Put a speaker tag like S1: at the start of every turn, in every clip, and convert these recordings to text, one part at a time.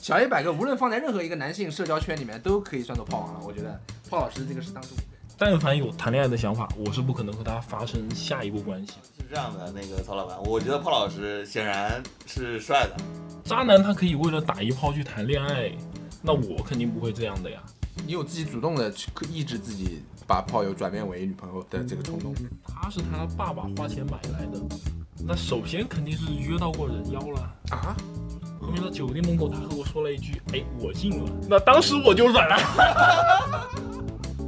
S1: 小一百个无论放在任何一个男性社交圈里面，都可以算作炮王了。我觉得炮老师这个是当之无愧。
S2: 但凡有谈恋爱的想法，我是不可能和他发生下一步关系。
S3: 是这样的，那个曹老板，我觉得炮老师显然是帅的。
S2: 渣男他可以为了打一炮去谈恋爱，那我肯定不会这样的呀。
S1: 你有自己主动的去抑制自己把炮友转变为女朋友的这个冲动。
S2: 他是他爸爸花钱买来的，那首先肯定是约到过人妖了
S1: 啊！
S2: 因为在酒店门口，他和我说了一句：“哎，我进了。”那当时我就软了。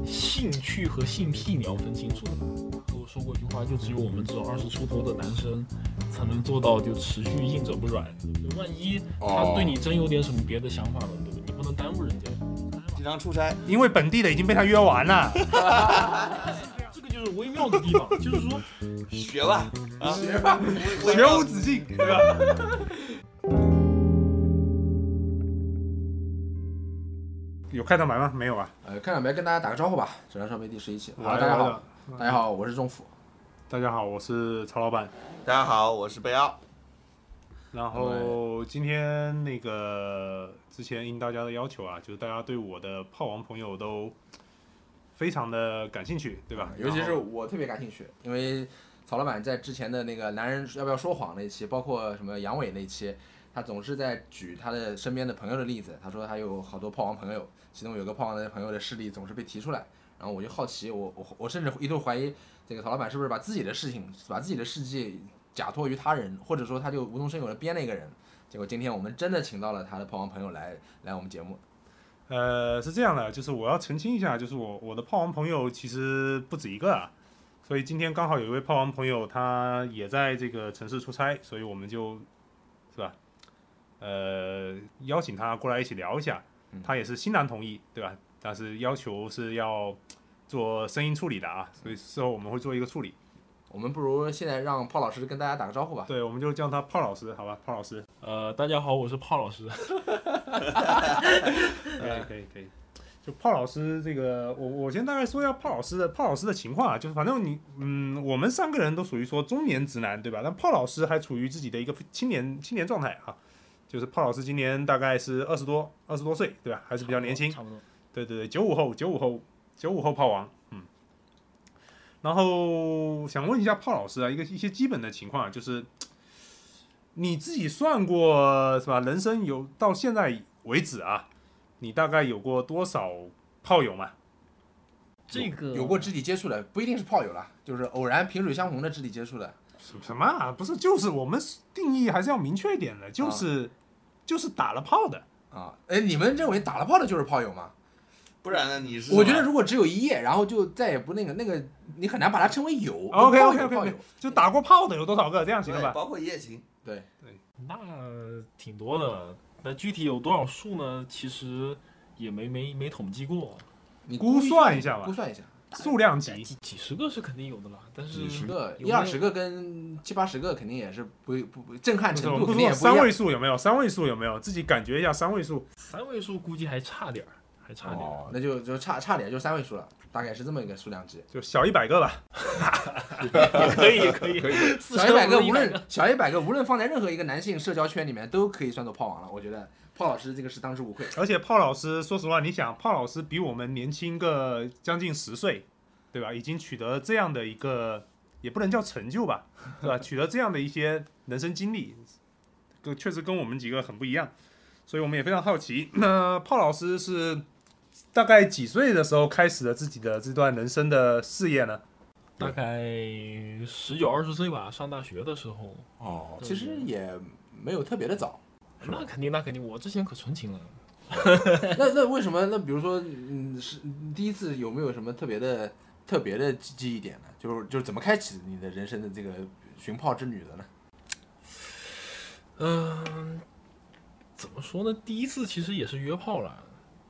S2: 兴趣和性癖你要分清楚的。和我说过一句话，就只有我们这种二十出头的男生才能做到，就持续硬者不软。万一他对你真有点什么别的想法了，对不对？你不能耽误人家。
S3: 经常出差，
S4: 因为本地的已经被他约 完了。
S2: 这个就是微妙的地方，就是说，
S3: 学吧，啊、
S1: 学吧，
S4: 学无止境，对吧？ 有开场白吗？没有啊。
S1: 呃，开场白跟大家打个招呼吧。《质量上飞》第十一期。Hello，大家好，大家好，我是仲甫。
S4: 大家好，我是曹老板。
S3: 大家好，我是贝奥。
S4: 然后今天那个之前应大家的要求啊，就是大家对我的炮王朋友都非常的感兴趣，对吧？
S1: 尤其是我特别感兴趣，因为曹老板在之前的那个男人要不要说谎那一期，包括什么阳痿那一期。他总是在举他的身边的朋友的例子，他说他有好多炮王朋友，其中有个炮王的朋友的事例总是被提出来，然后我就好奇，我我我甚至一度怀疑这个曹老板是不是把自己的事情，把自己的事迹假托于他人，或者说他就无中生有的编了一个人。结果今天我们真的请到了他的炮王朋友来来我们节目。
S4: 呃，是这样的，就是我要澄清一下，就是我我的炮王朋友其实不止一个啊，所以今天刚好有一位炮王朋友他也在这个城市出差，所以我们就，是吧？呃，邀请他过来一起聊一下，他也是欣然同意，对吧？但是要求是要做声音处理的啊，所以事后我们会做一个处理。
S1: 我们不如现在让炮老师跟大家打个招呼吧。
S4: 对，我们就叫他炮老师，好吧？炮老师，
S2: 呃，大家好，我是炮老师。
S4: 可以可以可以， 就炮老师这个，我我先大概说一下炮老师的炮老师的情况啊，就是反正你，嗯，我们三个人都属于说中年直男，对吧？但炮老师还处于自己的一个青年青年状态啊。就是炮老师今年大概是二十多，二十多岁，对吧？还是比较年轻，
S2: 差不多。
S4: 对对对，九五后，九五后，九五后炮王，嗯。然后想问一下炮老师啊，一个一些基本的情况啊，就是你自己算过是吧？人生有到现在为止啊，你大概有过多少炮友嘛？
S2: 这个
S1: 有过肢体接触的，不一定是炮友啦，就是偶然萍水相逢的肢体接触的。
S4: 什么啊？不是，就是我们定义还是要明确一点的，就是、啊、就是打了炮的
S1: 啊！哎，你们认为打了炮的就是炮友吗？
S3: 不然呢？你是？
S1: 我觉得如果只有一夜，然后就再也不那个那个，你很难把它称为友。
S4: OK
S1: 炮友
S4: OK OK，,
S1: 炮友
S4: okay 就打过炮的有多少个？这样行了吧？
S3: 包括一夜情。
S1: 对
S4: 对，
S2: 那挺多的。那具体有多少数呢？其实也没没没统计过。
S1: 你
S4: 估
S1: 算
S4: 一下吧，
S1: 估算一下。
S4: 数量级
S2: 几几十个是肯定有的啦，但是
S1: 几十个一二十个跟七八十个肯定也是不不不震撼程度肯定也不一样。
S4: 三位数有没有？三位数有没有？自己感觉一下三位数。
S2: 三位数估计还差点儿，还差点儿、哦，
S1: 啊那就就差差点就三位数了，大概是这么一个数量级，
S4: 就小一百个吧。
S2: 可以可以
S3: 可以，
S1: 小一百个无论小一百个无论放在任何一个男性社交圈里面都可以算作炮王了，我觉得。炮老师这个是当之无愧，
S4: 而且炮老师，说实话，你想，炮老师比我们年轻个将近十岁，对吧？已经取得这样的一个，也不能叫成就吧，对吧？取得这样的一些人生经历，跟确实跟我们几个很不一样，所以我们也非常好奇。 那炮老师是大概几岁的时候开始了自己的这段人生的事业呢？
S2: 大概十九二十岁吧，上大学的时候。
S1: 哦，其实也没有特别的早。
S2: 那肯定，那肯定，我之前可纯情了。
S1: 那那为什么？那比如说，嗯，是第一次有没有什么特别的、特别的记忆点呢？就是就是怎么开启你的人生的这个寻炮之旅的呢？
S2: 嗯、呃，怎么说呢？第一次其实也是约炮了。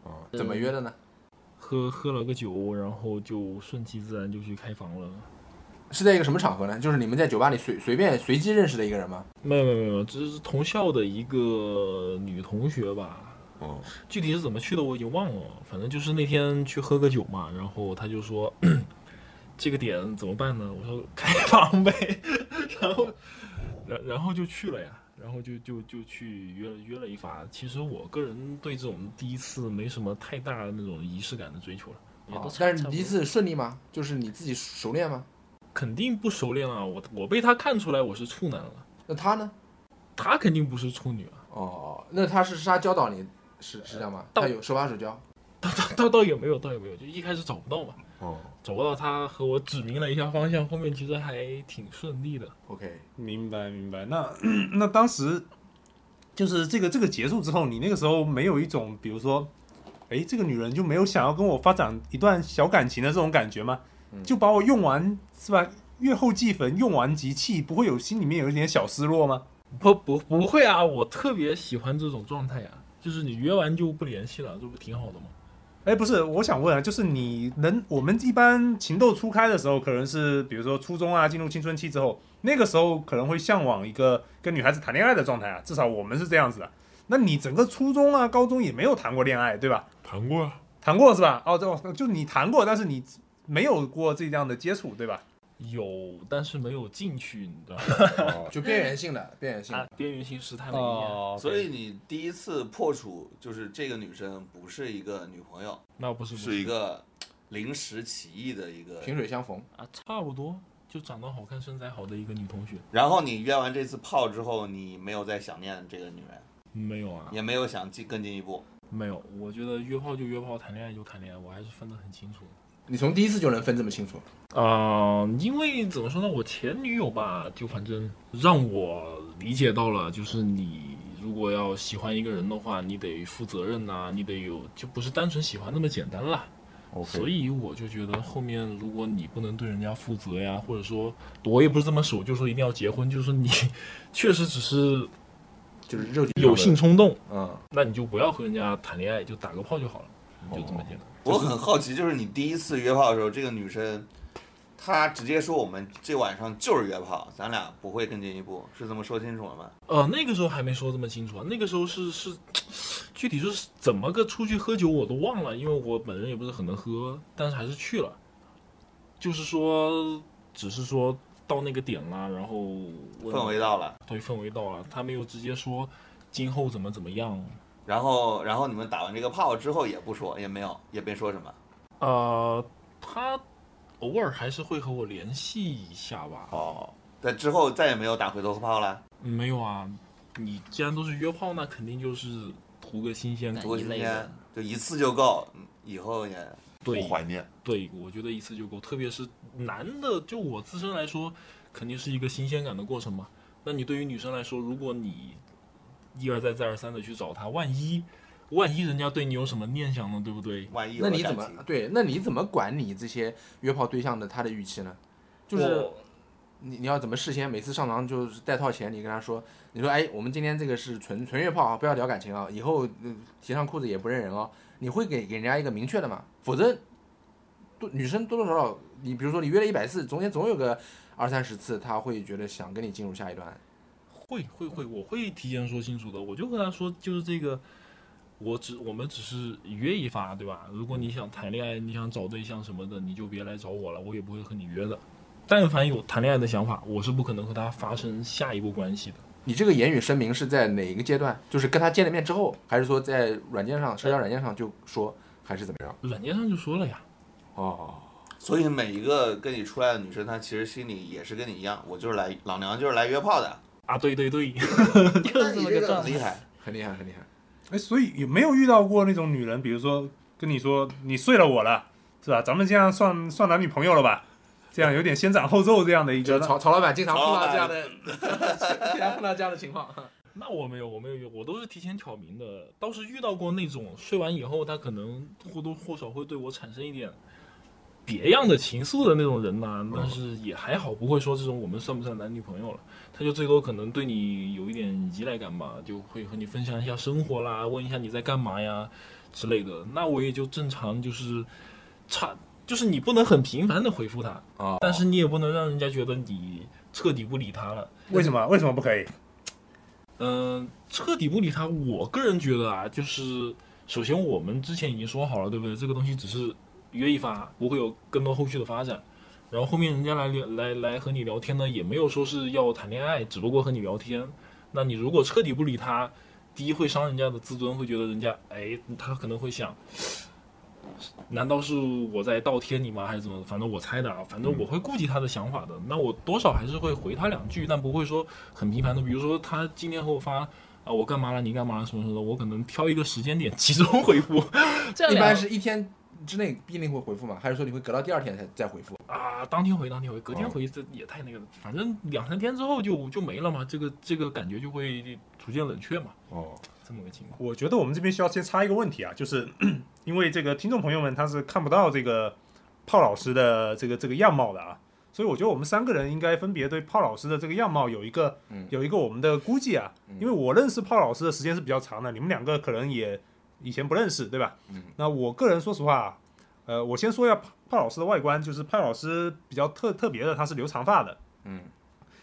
S2: 嗯
S1: 哦，怎么约的呢？
S2: 喝喝了个酒，然后就顺其自然就去开房了。
S1: 是在一个什么场合呢？就是你们在酒吧里随随便随机认识的一个人吗？
S2: 没有没有没有，这是同校的一个女同学吧。
S1: 哦，
S2: 具体是怎么去的我已经忘了，反正就是那天去喝个酒嘛，然后她就说 这个 点怎么办呢？我说开房呗，然后然然后就去了呀。然后就就就去约了约了一发。其实我个人对这种第一次没什么太大的那种仪式感的追求了，也都
S1: 哦
S2: 差
S1: 但是
S2: 差不
S1: 你第一
S2: 多
S1: 次顺利吗？就是你自己熟练吗？
S2: 肯定不熟练啊，我我被他看出来我是处男了，
S1: 那他呢？
S2: 他肯定不是处女啊，
S1: 哦，那他是是他教导你是是这样吗？
S2: 到
S1: 他有手把手教。
S2: 倒倒也没有，倒也没有，就一开始找不到嘛，
S1: 哦
S2: 找不到他和我指明了一下方向，后面其实还挺顺利的。
S1: ，OK，
S4: 明白明白。那 那当时就是这个这个结束之后，你那个时候没有一种比如说，哎，这个女人就没有想要跟我发展一段小感情的这种感觉吗？就把我用完是吧？月后祭坟，用完即弃，不会有心里面有一点小失落吗？
S2: 不不不会啊，我特别喜欢这种状态呀、啊就是你约完就不联系了，这不挺好的吗？
S4: 哎，不是，我想问啊，就是你能，我们一般情窦初开的时候，可能是比如说初中啊，进入青春期之后，那个时候可能会向往一个跟女孩子谈恋爱的状态啊，至少我们是这样子的。那你整个初中啊、高中也没有谈过恋爱，对吧？
S2: 谈过啊，
S4: 谈过是吧？哦，就就你谈过，但是你没有过这样的接触，对吧？
S2: 有，但是没有进去，你知道吗？
S1: 就边缘性的边缘性
S2: 哦啊
S1: 的，
S2: 边缘性时态的一面。
S4: 哦
S3: 所以你第一次破除就是这个女生不是一个女朋友，
S2: 那不是不
S3: 是一个临时起意的一个。
S1: 萍水相逢。
S2: 啊，差不多就长得好看、身材好的一个女同学，
S3: 然后你约完这次炮之后，你没有再想念这个女人，
S2: 没有啊，
S3: 也没有想进更进一步。
S2: 没有。我觉得约炮就约炮，谈恋爱就谈恋爱，我还是分得很清楚的。
S1: 你从第一次就能分这么清楚，
S2: 啊，因为怎么说呢，我前女友吧，就反正让我理解到了，就是你如果要喜欢一个人的话，你得负责任呐、你得有，就不是单纯喜欢那么简单啦。所以我就觉得后面如果你不能对人家负责呀，或者说我也不是这么守，就说一定要结婚，就是你 确实只是
S1: 就是肉体上的
S2: 有性，冲动，
S1: 嗯，
S2: 那你就不要和人家谈恋爱，就打个炮就好了，就这么简单。
S3: 我很好奇，就是你第一次约炮的时候，这个女生她直接说我们这晚上就是约炮，咱俩不会更进一步，是这么说清楚了吗？
S2: 呃，那个时候还没说这么清楚啊，那个时候是是，具体是怎么个出去喝酒我都忘了，因为我本人也不是很能喝，但是还是去了，就是说，只是说到那个点啦，然后问
S3: 氛围到了，
S2: 对氛围到了，他没有直接说今后怎么怎么样，
S3: 然后然后你们打完这个炮之后也不说，也没有也没说什么。
S2: 呃，他偶尔还是会和我联系一下吧，
S3: 哦，但之后再也没有打回头炮了。
S2: 没有啊，你既然都是约炮，那肯定就是图个新鲜感
S3: 不，过今
S5: 一类
S3: 天
S5: 的
S3: 就一次就够，嗯以后也
S2: 对，
S3: 念。
S2: 对，我觉得一次就够，特别是男的，就我自身来说，肯定是一个新鲜感的过程嘛。那你对于女生来说，如果你一而再、再而三的去找她，万一万一人家对你有什么念想呢？对不对？
S3: 万一有
S1: 那
S3: 了
S1: 你
S3: 感
S1: 怎么
S3: 情
S1: 对？那你怎么管你这些约炮对象的他的预期呢？就是你你要怎么事先每次上床就是带套前，你跟他说，你说哎，我们今天这个是纯纯约炮啊，不要聊感情啊，以后呃提上裤子也不认人哦。你会给给人家一个明确的嘛？否则，多女生多多少少，你比如说你约了一百次，中间总有个二三十次，她会觉得想跟你进入下一段。
S2: 会会会，我会提前说清楚的。我就和他说，就是这个，我只我们只是约一发，对吧？如果你想谈恋爱，你想找对象什么的，你就别来找我了，我也不会和你约的。但凡有谈恋爱的想法，我是不可能和他发生下一步关系的。
S1: 你这个言语声明是在哪一个阶段？就是跟他见了面之后，还是说在软件上、社交软件上就说，还是怎么样？
S2: 软件上就说了呀。
S1: 哦，
S3: 所以每一个跟你出来的女生，她其实心里也是跟你一样，我就是来老娘就是来约炮的，
S2: 啊，对对 对，
S5: 就是这么个状
S3: 很厉
S5: 态。
S3: 害。
S1: 很厉害，很厉害。
S4: 哎，所以有没有遇到过那种女人，比如说跟你说你睡了我了，是吧？咱们这样算算男女朋友了吧？这样有点先斩后奏这样的一
S1: 就
S4: 个
S1: 是曹曹老板经常碰
S3: 曹老
S1: 到
S3: 板
S1: 这样的， 经常碰到这样的情况。
S2: 那我没有，我没有约，我都是提前挑明的。倒是遇到过那种睡完以后，他可能或多或少会对我产生一点别样的情愫的那种人呐、但是也还好，不会说这种我们算不算男女朋友了。他就最多可能对你有一点依赖感吧，就会和你分享一下生活啦，问一下你在干嘛呀之类的。那我也就正常，就是差，就是你不能很频繁的回复他，
S1: 哦
S2: 但是你也不能让人家觉得你彻底不理他了。
S4: 为什么为什么不可以？
S2: 嗯，彻底不理他，我个人觉得啊，就是首先我们之前已经说好了，对不对？这个东西只是约一发，不会有更多后续的发展。然后后面人家来聊来来和你聊天呢，也没有说是要谈恋爱，只不过和你聊天。那你如果彻底不理他，第一会伤人家的自尊，会觉得人家哎，他可能会想，难道是我在倒贴你吗？还是怎么？反正我猜的啊，反正我会顾及他的想法的。那我多少还是会回他两句，但不会说很频繁的。比如说他今天和我发。啊，我干嘛了？你干嘛了？什么什么的，我可能挑一个时间点集中回复。
S5: 这样
S1: 一
S5: 聊
S1: 般是一天之内必定会回复吗？还是说你会隔到第二天才再回复？
S2: 啊，当天回，当天回，隔天回这也太那个了，反正两三天之后就就没了嘛，这个这个感觉就会逐渐冷却嘛，
S1: 哦，
S2: 这么个情况。
S4: 我觉得我们这边需要先插一个问题啊，就是 因为这个听众朋友们他是看不到这个炮老师的这个这个样貌的啊，所以我觉得我们三个人应该分别对炮老师的这个样貌有一个、
S1: 嗯
S4: 有一个我们的估计啊，因为我认识炮老师的时间是比较长的，你们两个可能也以前不认识，对吧？
S1: 嗯、
S4: 那我个人说实话，呃，我先说一下炮炮老师的外观，就是炮老师比较特特别的，他是留长发的，
S1: 嗯，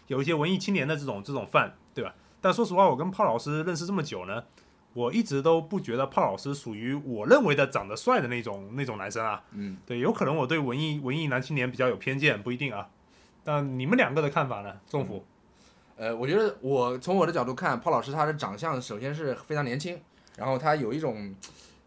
S4: 有一些文艺青年的这种这种范，对吧？但说实话，我跟炮老师认识这么久呢，我一直都不觉得炮老师属于我认为的长得帅的那种那种男生啊。
S1: 嗯，
S4: 对，有可能我对文艺文艺男青年比较有偏见，不一定啊。但你们两个的看法呢？仲
S3: 嗯
S4: 甫，
S1: 呃，我觉得我从我的角度看，炮老师他的长相首先是非常年轻，然后他有一种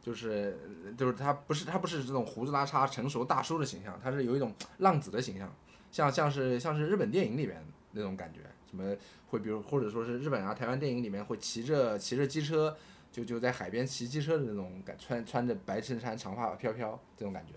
S1: 就是就是他不是他不是这种胡子拉碴成熟大叔的形象，他是有一种浪子的形象，像像是像是日本电影里边那种感觉，什么会比如或者说是日本啊台湾电影里面会骑着骑着机车。就就在海边骑机车的那种感，穿穿着白衬衫，长发飘飘这种感觉。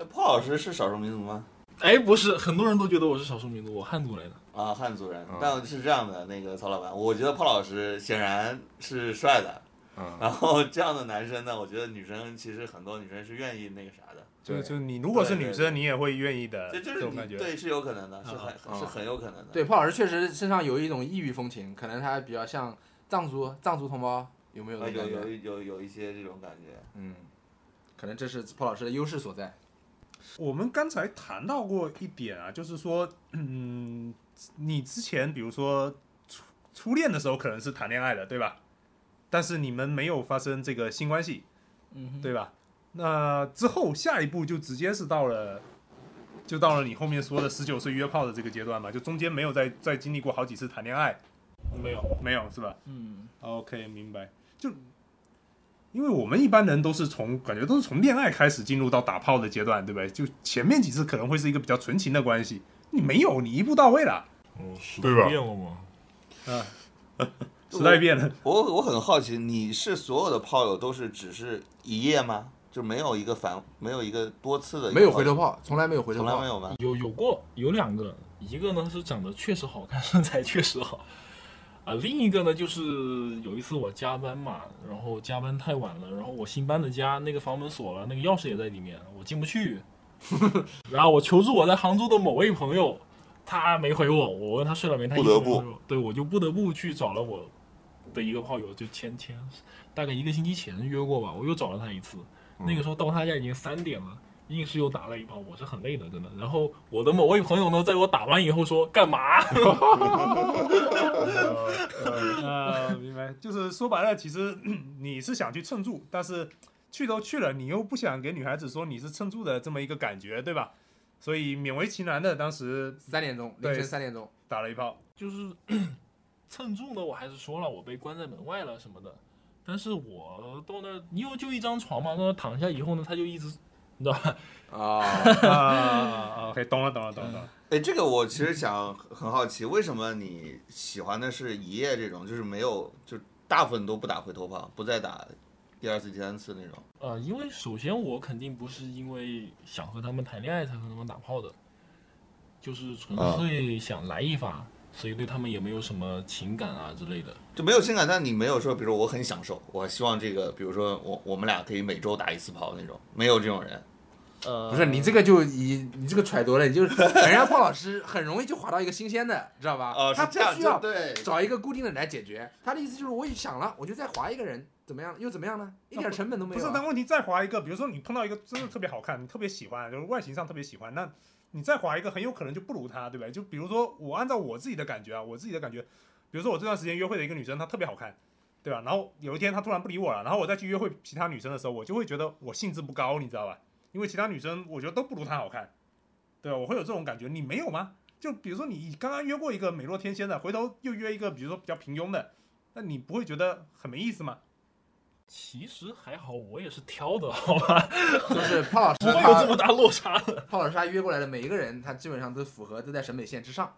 S3: 哎炮老师是少数民族吗？
S2: 哎，不是，很多人都觉得我是少数民族，我汉族来的。
S3: 啊，汉族人
S1: 嗯。
S3: 但是这样的，那个曹老板，我觉得炮老师显然是帅的。
S1: 嗯，
S3: 然后这样的男生呢，我觉得女生其实很多女生是愿意那个啥的，
S4: 就
S1: 对
S4: 就你如果是女
S3: 对对
S4: 生，你也会愿意
S1: 呃
S4: 的，
S3: 这就是
S4: 种感
S3: 你
S4: 觉。
S3: 对是有可能的，是很
S1: 啊
S3: 是很有可能的。
S1: 对，炮老师确实身上有一种异域风情，可能他比较像藏族藏族同胞，有没有
S3: 啊，
S1: 这种
S3: 有
S1: 感觉？
S3: 有有有一些这种感觉。
S1: 嗯，可能这是炮老师的优势所在。
S4: 我们刚才谈到过一点啊，就是说，嗯，你之前比如说初初恋的时候可能是谈恋爱的，对吧？但是你们没有发生这个性关系，
S5: 嗯
S4: 对吧？那之后下一步就直接是到了，就到了你后面说的十九岁约炮的这个阶段嘛，就中间没有再再经历过好几次谈恋爱，
S2: 没有，
S4: 没有是吧？
S5: 嗯，
S4: OK，明白。就因为我们一般人都是从感觉都是从恋爱开始进入到打炮的阶段，对不对？就前面几次可能会是一个比较纯情的关系，你没有，你一步到位了，
S2: 嗯，时
S4: 代
S2: 代
S4: 对吧
S2: 变了吗？
S4: 啊 时代变了。
S3: 我我很好奇，你是所有的炮友都是只是一夜吗？就没有一个反，没有一个多次的，
S1: 没有回头，炮，从来没有回头
S3: 从
S1: 炮。
S3: 来没有吗？
S2: 有有过有两个，一个呢是长得确实好看， 身材确实好，啊，另一个呢就是有一次我加班嘛，然后加班太晚了，然后我新搬的家，那个房门锁了，那个钥匙也在里面，我进不去， 然后我求助我在杭州的某位朋友，他没回我，我问他睡了没，他一直
S3: 不得
S2: 没
S3: 不
S2: 回我对我就不得不去找了我的一个炮友，就前前大概一个星期前约过吧，我又找了他一次，
S3: 嗯
S2: 那个时候到他家已经三点了。硬是又打了一炮，我是很累的，真的。然后我的某位朋友呢，在我打完以后说干嘛？
S4: 呃，明白，就是说白了，其实 你是想去蹭住，但是去都去了，你又不想给女孩子说你是蹭住的这么一个感觉，对吧？所以勉为其难的，当时
S1: 三点钟，凌
S4: 对
S1: 晨三点钟。
S4: 打了一炮。
S2: 就是嗯蹭住呢，我还是说了，我被关在门外了什么的。但是我到那儿，因为就一张床嘛，那躺下以后呢，他就一直，你知道吧？
S1: 啊、
S4: 啊，OK，懂了，懂了，懂了，懂了。
S3: 哎，这个我其实想很好奇，为什么你喜欢的是一夜这种，就是没有，就大部分都不打回头炮，不再打第二次、第三次那种。
S2: 呃，因为首先我肯定不是因为想和他们谈恋爱才和他们打炮的，就是纯粹想来一发，所以对他们也没有什么情感啊之类的。
S3: 就没有情感，但你没有说，比如我很享受，我希望这个，比如说我我们俩可以每周打一次炮那种，没有这种人。
S2: 呃，
S1: 不是你这个就以你这个揣度了，你就是人家炮老师很容易就划到一个新鲜的，知道吧？
S3: 啊
S1: 他不需要
S3: 对
S1: 找一个固定的来解决。他的意思就是，我想了，我就再划一个人，怎么样？又怎么样呢？一点成本都没
S4: 不
S1: 有
S4: 是
S1: 啊、，
S4: 但问题再划一个，比如说你碰到一个真的特别好看，你特别喜欢，就是外形上特别喜欢，那你再划一个，很有可能就不如他，对不对？就比如说我按照我自己的感觉啊，我自己的感觉，比如说我这段时间约会的一个女生，她特别好看，对吧？然后有一天她突然不理我了，然后我再去约会其他女生的时候，我就会觉得我兴致不高，你知道吧？因为其他女生我觉得都不如她好看，对吧？我会有这种感觉，你没有吗？就比如说你刚刚约过一个美若天仙的，回头又约一个比如说比较平庸的，那你不会觉得很没意思吗？
S2: 其实还好，我也是挑的，好吧，
S1: 就是泡老师
S2: 不会有这
S1: 他
S2: 么大落差的。
S1: 泡老师他约过来的每一个人，他基本上都符合都在审美线之上。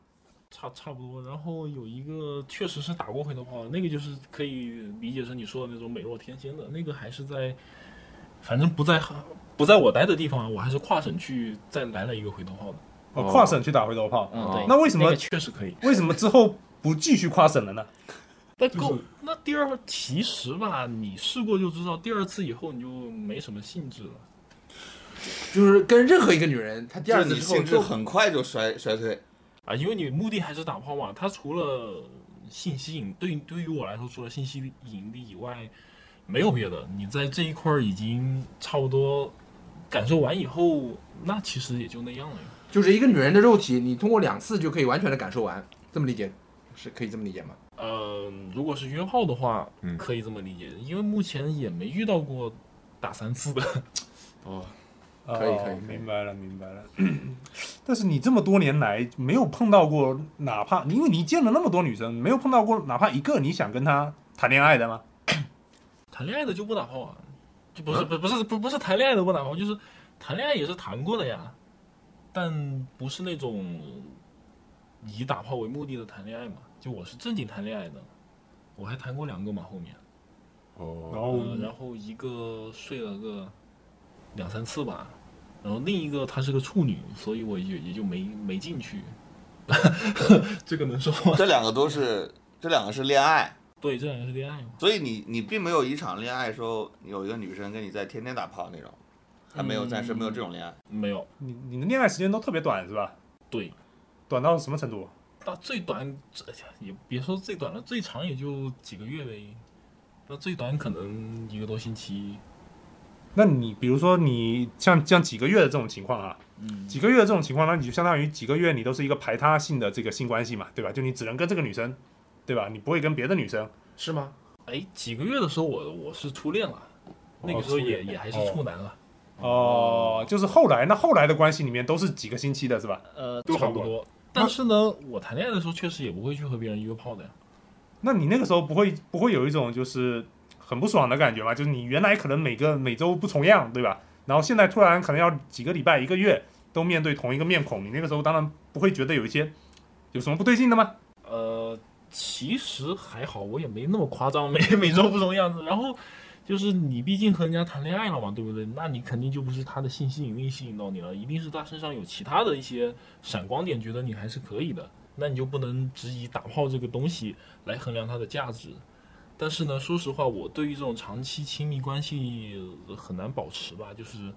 S2: 差差不多。然后有一个确实是打过回头炮，那个就是可以理解成你说的那种美若天仙的，那个还是在，反正不在不在我待的地方，我还是跨省去再来了一个回头炮的。
S4: 哦，
S1: 哦
S4: 跨省去打回头炮，
S1: 哦
S5: 嗯，对。
S4: 那为什么
S2: 那个确实可以。
S4: 为什么之后不继续跨省了呢？
S2: 那
S4: 够
S2: 够。那第二其实吧，你试过就知道，第二次以后你就没什么兴致了。
S1: 就是跟任何一个女人，她第
S3: 就
S1: 二次
S3: 是你
S1: 之后
S3: 兴致
S1: 就
S3: 很快就衰衰退。
S2: 啊，因为你目的还是打炮嘛。它除了性吸引，对于对于我来说，除了性吸引力以外，没有别的。你在这一块儿已经差不多感受完以后，那其实也就那样了呀。
S1: 就是一个女人的肉体，你通过两次就可以完全的感受完，这么理解是可以这么理解吗？
S2: 呃，如果是约炮的话，
S1: 嗯
S2: 可以这么理解，因为目前也没遇到过打三次的。
S1: 哦，可以
S4: 哦
S1: 可以可以
S4: 明白了，明白了。 但是你这么多年来没有碰到过，哪怕因为你见了那么多女生，没有碰到过哪怕一个你想跟她谈恋爱的吗？
S2: 谈恋爱的就不打炮啊，就不是不不是不不是谈恋爱的不打炮，就是谈恋爱也是谈过的呀，但不是那种以打炮为目的的谈恋爱嘛。就我是正经谈恋爱的，我还谈过两个嘛，后面，
S4: 然
S1: 哦，
S4: 后
S2: 呃，然后一个睡了个两三次吧，然后另一个她是个处女，所以我也也就没没进去。 这个能说吗？
S3: 这两个都是，这两个是恋爱，
S2: 对，这两个是恋爱嘛。
S3: 所以你你并没有一场恋爱说有一个女生跟你在天天打炮那种，还没有，暂时没有这种恋爱。
S2: 没有，
S4: 你你的恋爱时间都特别短是吧？
S2: 对，
S4: 短到什么程度？
S2: 那最短，这也别说最短了，最长也就几个月呗。那最短可能一个多星期。
S4: 那你比如说你像像几个月的这种情况啊，
S1: 嗯
S4: 几个月的这种情况，那你就相当于几个月你都是一个排他性的这个性关系嘛，对吧？就你只能跟这个女生，对吧？你不会跟别的女生。
S1: 是吗？
S2: 哎，几个月的时候我我是初恋了，那个时候也、也还是处男了，
S4: 哦，就是后来那后来的关系里面都是几个星期的是吧？
S2: 呃，
S4: 都
S2: 差
S4: 好
S2: 不
S4: 过
S2: 多。但是呢，我谈恋爱的时候确实也不会去和别人约炮的呀。
S4: 那你那个时候不会不会有一种就是很不爽的感觉吗？就是你原来可能每个每周不重样，对吧？然后现在突然可能要几个礼拜、一个月都面对同一个面孔，你那个时候当然不会觉得有一些有什么不对劲的吗？
S2: 呃，其实还好，我也没那么夸张，每 每周不同样子。然后就是你毕竟和人家谈恋爱了嘛，对不对？那你肯定就不是他的性吸引力吸引到你了，一定是他身上有其他的一些闪光点，觉得你还是可以的。那你就不能只以打炮这个东西来衡量它的价值。但是呢，说实话，我对于这种长期亲密关系呃很难保持吧，就是。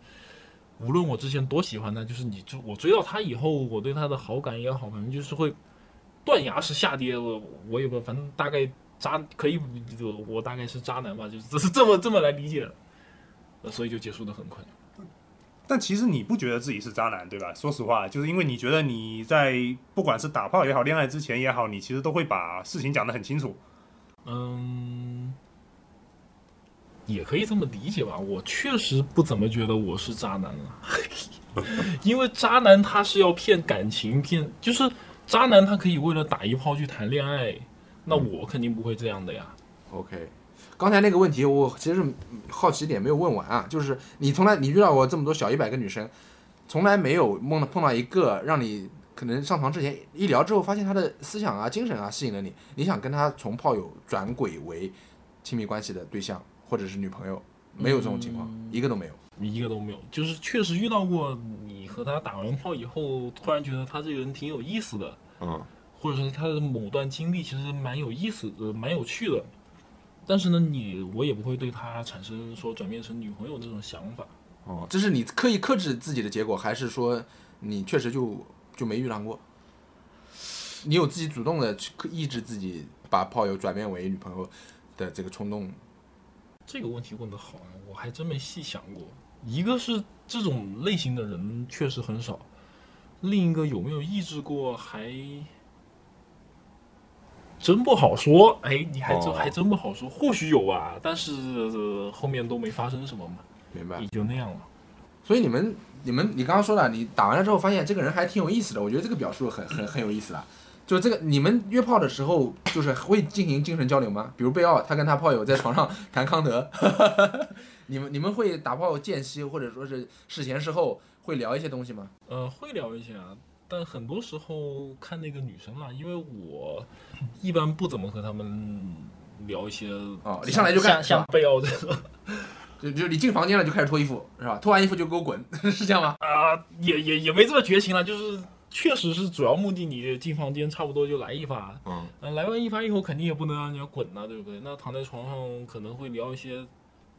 S2: 无论我之前多喜欢他，就是你就我追到他以后，我对他的好感也好，反正就是会断崖式下跌，我我也不，反正大概渣可以，我大概是渣男吧，就是这么这么来理解的，呃所以就结束的很快。
S4: 但其实你不觉得自己是渣男，对吧？说实话，就是因为你觉得你在不管是打炮也好、恋爱之前也好，你其实都会把事情讲得很清楚。
S2: 嗯，也可以这么理解吧。我确实不怎么觉得我是渣男了， 因为渣男他是要骗感情，骗就是渣男他可以为了打一炮去谈恋爱，那我肯定不会这样的呀。
S1: OK，刚才那个问题我其实嗯好奇点没有问完啊，就是你从来你遇到过这么多小一百个女生，从来没有梦到碰到一个让你可能上床之前一聊之后发现她的思想啊、精神啊吸引了你，你想跟她从炮友转轨为亲密关系的对象或者是女朋友，没有这种情况，一个都没有。
S2: 一个都没有，就是确实遇到过你和他打完炮以后，突然觉得他这个人挺有意思的，
S3: 嗯，
S2: 或者是他的某段经历其实蛮有意思的、蛮有趣的。但是呢，你我也不会对他产生说转变成女朋友那种想法。
S1: 哦，这是你刻意克制自己的结果，还是说你确实就就没遇上过？你有自己主动的去克抑制自己把炮友转变为女朋友的这个冲动？
S2: 这个问题问得好啊，我还真没细想过。一个是这种类型的人确实很少，另一个有没有抑制过还真不好说。哎，你还真、
S3: 哦
S2: 还真不好说，或许有吧，但是、呃后面都没发生什么嘛，
S1: 明白
S2: 也？就那样了。
S1: 所以你们你们你刚刚说了，你打完了之后发现这个人还挺有意思的，我觉得这个表述很很很有意思了。啊就这个，你们约炮的时候就是会进行精神交流吗？比如贝奥，他跟他炮友在床上谈康德， 你们你们会打炮间隙或者说是事前事后会聊一些东西吗？
S2: 呃，会聊一些啊，但很多时候看那个女生啦，因为我一般不怎么和她们聊一些
S1: 哦，你上来就干，
S2: 像像贝奥这种
S1: 就就你进房间了就开始脱衣服是吧？脱完衣服就给我滚， 是这样吗？
S2: 啊，也也也没这么绝情了，就是确实是主要目的，你进房间差不多就来一发，
S1: 嗯，
S2: 呃，来完一发以后，肯定也不能让人家滚呐、对不对？那躺在床上可能会聊一些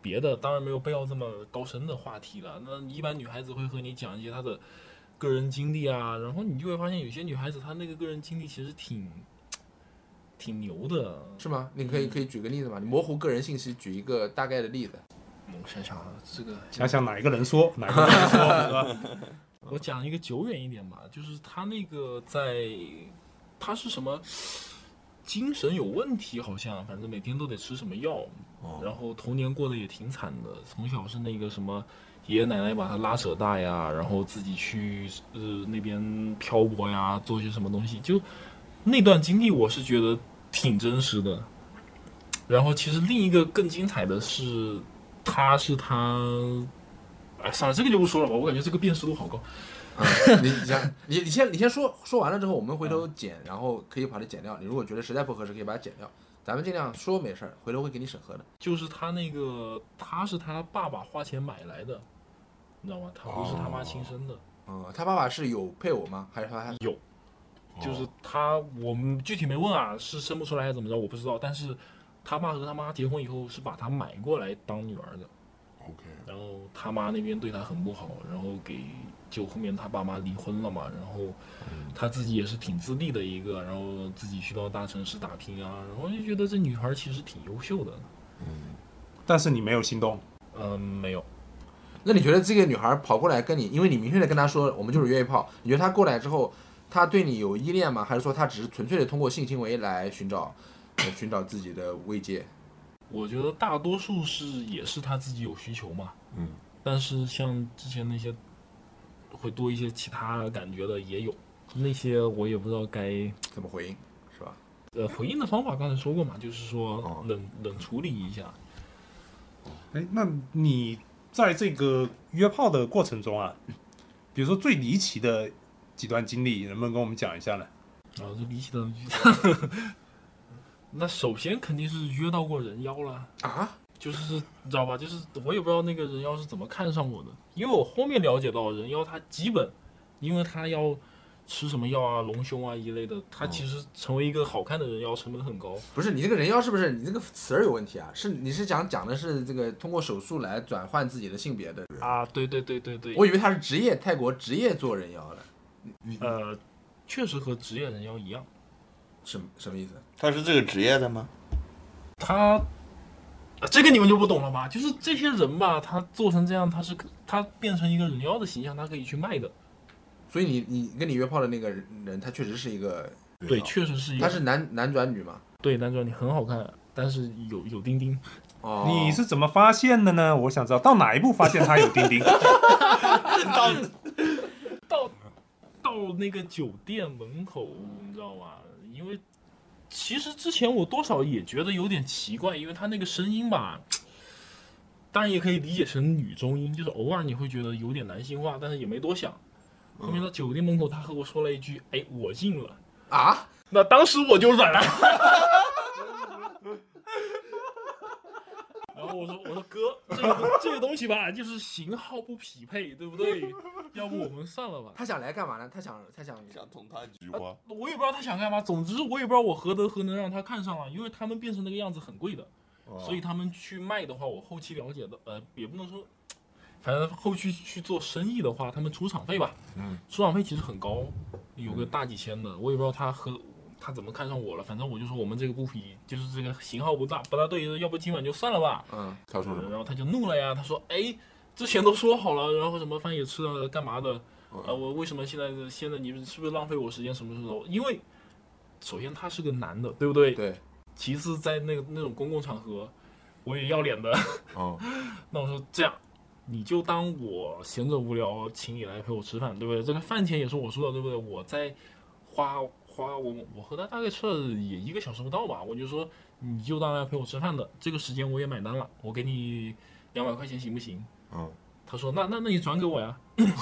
S2: 别的，当然没有贝奥这么高深的话题了。那一般女孩子会和你讲一些她的个人经历啊，然后你就会发现有些女孩子她那个个人经历其实挺挺牛的。
S1: 是吗？你可以可以举个例子吗？你模糊个人信息，举一个大概的例子。
S2: 我想想啊，这个
S4: 想想哪一个人说，哪一个人说，是吧
S2: 我讲一个久远一点吧，就是他那个在，他是什么精神有问题，好像反正每天都得吃什么药，然后童年过得也挺惨的，从小是那个什么爷爷奶奶把他拉扯大呀，然后自己去呃那边漂泊呀，做些什么东西，就那段经历我是觉得挺真实的。然后其实另一个更精彩的是，他是他。哎，算了，这个就不说了吧，我感觉这个辨识度好高。
S1: 啊你你想，你你先你先说说完了之后，我们回头剪，然后可以把它剪掉。你如果觉得实在不合适，可以把它剪掉。咱们尽量说没事儿，回头会给你审核的。
S2: 就是他那个，他是他爸爸花钱买来的，你知道吗？他不是他妈亲生的。
S1: 嗯，他爸爸是有配偶吗？还是他还
S2: 有，就是他，我们具体没问啊，是生不出来还是怎么着，我不知道。但是他爸和他妈结婚以后是把他买过来当女儿的，
S5: OK，
S2: 然后他妈那边对他很不好，然后给就后面他爸妈离婚了嘛，然后他自己也是挺自立的一个，然后自己去到大城市打拼啊，然后就觉得这女孩其实挺优秀的。
S4: 但是你没有心动，
S2: 嗯，没有。
S1: 那你觉得这个女孩跑过来跟你，因为你明确的跟她说我们就是约一炮，你觉得她过来之后，她对你有依恋吗？还是说她只是纯粹的通过性行为来寻找，呃寻找自己的慰藉？
S2: 我觉得大多数是也是他自己有需求嘛，
S5: 嗯，
S2: 但是像之前那些会多一些其他感觉的也有，那些我也不知道该
S1: 怎么回应，是吧？
S2: 呃回应的方法，刚才说过嘛，就是
S5: 哦
S2: 说冷冷处理一下，
S4: 哎，那你在这个约炮的过程中啊， 比如说最离奇的几段经历，能不能跟我们讲一下呢？
S2: 然后就离奇的。 那首先肯定是约到过人妖了，
S1: 啊？
S2: 就是你知道吧？就是我也不知道那个人妖是怎么看上我的，因为我后面了解到人妖他基本，因为他要吃什么药啊、隆胸啊一类的，他其实成为一个好看的人妖成本很高。
S1: 不是你这个人妖是不是你这个词儿有问题啊？是你是想讲的是这个通过手术来转换自己的性别的人？
S2: 啊，对对对对对，
S1: 我以为他是职业泰国职业做人妖的，
S2: 呃，确实和职业人妖一样，
S1: 什么什么意思？
S3: 他是这个职业的吗？
S2: 他、呃这个你们就不懂了吧？就是这些人吧，他做成这样，他是他变成一个人妖的形象，他可以去卖的。
S1: 所以你你跟你约炮的那个人，他确实是一个，
S2: 对，确实是一个，
S1: 他是男男转女嘛？
S2: 对男主你很好看，但是有有丁丁。
S1: 哦，
S4: 你是怎么发现的呢？我想知道到哪一步发现他有 钉钉。
S2: 到到那个酒店门口，你知道吗？因为其实之前我多少也觉得有点奇怪，因为他那个声音吧，当然也可以理解成女中音，就是偶尔你会觉得有点男性化，但是也没多想。后面到酒店门口，他和我说了一句：“哎，我进了。
S1: 啊？”
S2: 那当时我就软了。 然后我说：“我说哥，这个这个东西吧，就是型号不匹配，对不对？要不我们算了吧。”
S1: 他想来干嘛呢？他想他想
S3: 想捅他
S5: 菊花，
S2: 我也不知道他想干嘛，总之我也不知道我何德何能让他看上了，因为他们变成那个样子很贵的，所以他们去卖的话，我后期了解的，呃，也不能说，反正后期去做生意的话，他们出场费吧，
S5: 嗯，
S2: 出场费其实很高，有个大几千的，我也不知道他和他怎么看上我了，反正我就说我们这个不匹，就是这个型号不大不大对，要不今晚就算了吧，
S1: 嗯
S5: 他说什么？
S2: 然后他就怒了呀，他说：“哎，之前都说好了，然后什么饭也吃了，干嘛的？呃，我为什么现在现在你们是不是浪费我时间？什么时候？因为首先他是个男的，对不对？
S1: 对，
S2: 其次在那个那种公共场合，我也要脸的。
S5: 哦，
S2: 那我说这样，你就当我闲着无聊，请你来陪我吃饭，对不对？这个饭钱也是我出的，对不对？我在花花我我和他大概吃了也一个小时不到吧，我就说你就当来陪我吃饭的，这个时间我也买单了，我给你两百块钱行不行？
S5: 嗯，
S2: 他说那那那你转给我呀。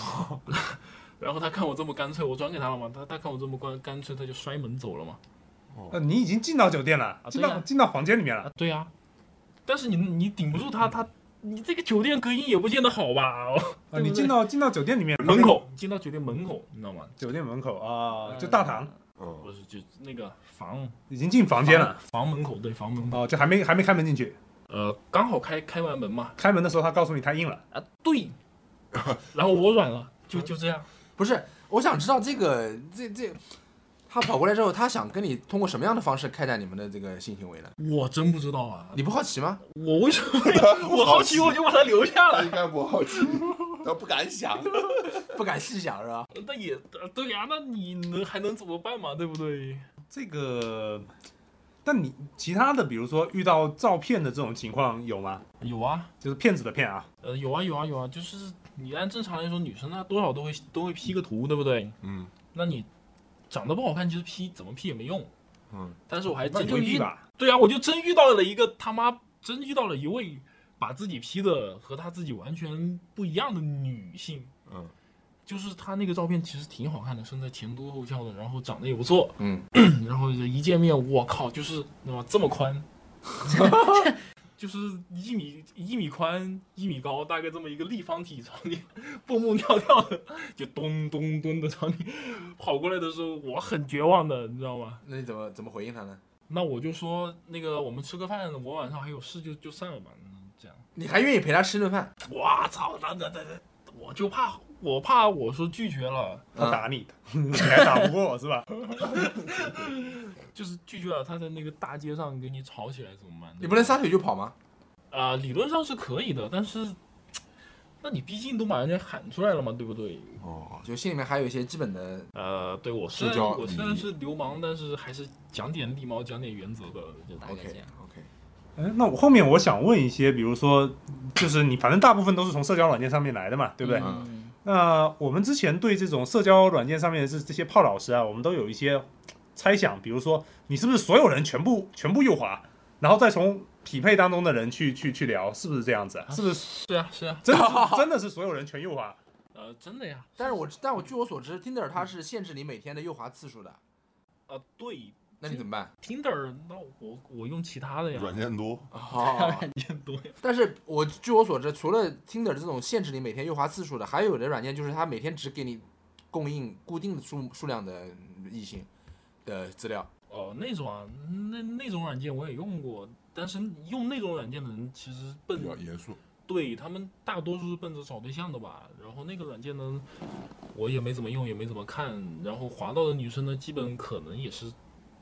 S2: 然后他看我这么干脆，我转给他了嘛，他他看我这么干干脆，他就摔门走了嘛。
S4: 呃，你已经进到酒店了，进
S2: 啊对
S4: 到
S2: 呀
S4: 进到房间里面
S2: 啊
S4: 了，，
S2: 对啊，但是你你顶不住他，他你这个酒店隔音也不见得好吧？
S4: 啊，
S2: 对
S4: 你
S2: 不对
S4: 进到进到酒店里面
S2: 门口进到酒店门口，你知道吗？
S4: 酒店门口啊，就大堂
S5: 嗯
S2: 不是就那个房
S4: 已经进房间了，
S2: 房门口对房门口，
S4: 哦，就还没还没开门进去，
S2: 呃，刚好开开完门嘛，
S4: 开门的时候他告诉你他硬了，
S2: 啊对，然后我软了，就就这样，
S1: 不是，我想知道这个这这，他跑过来之后，他想跟你通过什么样的方式开展你们的这个性行为呢？
S2: 我真不知道啊，
S1: 你不好奇吗？
S2: 我为什么我好奇我就把他留下
S3: 他
S2: 了，
S3: 应该不好奇，他不敢想。
S1: 不敢细想是吧？
S2: 那也呃对呀、那你能还能怎么办嘛，对不对？
S4: 这个。但你其他的，比如说遇到照骗的这种情况有吗？
S2: 有啊，
S4: 就是骗子的骗啊，
S2: 呃，有啊有啊有啊，就是你按正常来说，女生她多少都会都会 P 个图，对不对？
S5: 嗯
S2: 那你长得不好看，其实 P 怎么 P 也没用。
S5: 嗯，
S2: 但是我还
S4: 那
S2: 真
S4: 你
S2: 就
S4: 回避
S2: 遇，
S4: 吧。
S2: 对啊，我就真遇到了一个他妈，真遇到了一位把自己 P 的和她自己完全不一样的女性。
S5: 嗯，
S2: 就是她那个照片其实挺好看的，身材前凸后翘的，然后长得也不错，
S1: 嗯，
S2: 然后就一见面，我靠，就是那么这么宽，就是一米一米宽，一米高，大概这么一个立方体朝你蹦蹦跳跳的，就咚咚咚的朝你跑过来的时候，我很绝望的，你知道吗？
S1: 那你怎么怎么回应他呢？
S2: 那我就说那个我们吃个饭，我晚上还有事就，就散了吧，嗯这样。
S1: 你还愿意陪他吃顿饭？
S2: 我啊操，那那那那，我就怕我怕我说拒绝了，
S4: 他
S1: 嗯
S4: 打你， 你还打不过是吧？
S2: 就是拒绝了，他在那个大街上跟你吵起来怎么办？
S1: 你不能撒腿就跑吗？
S2: 啊、理论上是可以的，但是，那你毕竟都把人家喊出来了嘛，对不对？
S5: 哦，
S1: 就心里面还有一些基本的，
S2: 呃，对我虽
S5: 社
S2: 然
S5: 交
S2: 我虽然
S5: 礼仪
S2: 是流氓，但是还是讲点礼貌，讲点原则的，就大概这
S1: OK
S2: 样。
S1: OK，
S4: 嗯，那我后面我想问一些，比如说，就是你反正大部分都是从社交软件上面来的嘛，对不对？
S1: 嗯
S4: 那我们之前对这种社交软件上面的这这些炮老师啊，我们都有一些猜想，比如说你是不是所有人全部全部右滑，然后再从匹配当中的人去去去聊，是不是这样子 啊？是不是
S2: 是啊，是啊，
S4: 真的是真的是所有人全右滑？
S2: 呃，真的呀，
S1: 但是我但我据我所知，Tinder 它是限制你每天的右滑次数的，
S2: 呃，对
S1: 那
S4: 嗯
S1: 你怎么办？
S2: ，Tinder，那我我用其他的呀，
S5: 软件多，
S1: 哦，
S2: 件多呀，
S1: 但是我据我所知，除了 Tinder 这种限制你每天右滑次数的，还有的软件就是它每天只给你供应固定的数数量的异性的资料。
S2: 哦、那种啊，那那种软件我也用过，但是用那种软件的人其实笨
S5: 比较严肃。
S2: 对他们大多数是奔着找对象的吧。然后那个软件呢，我也没怎么用，也没怎么看。然后滑到的女生呢，基本可能也是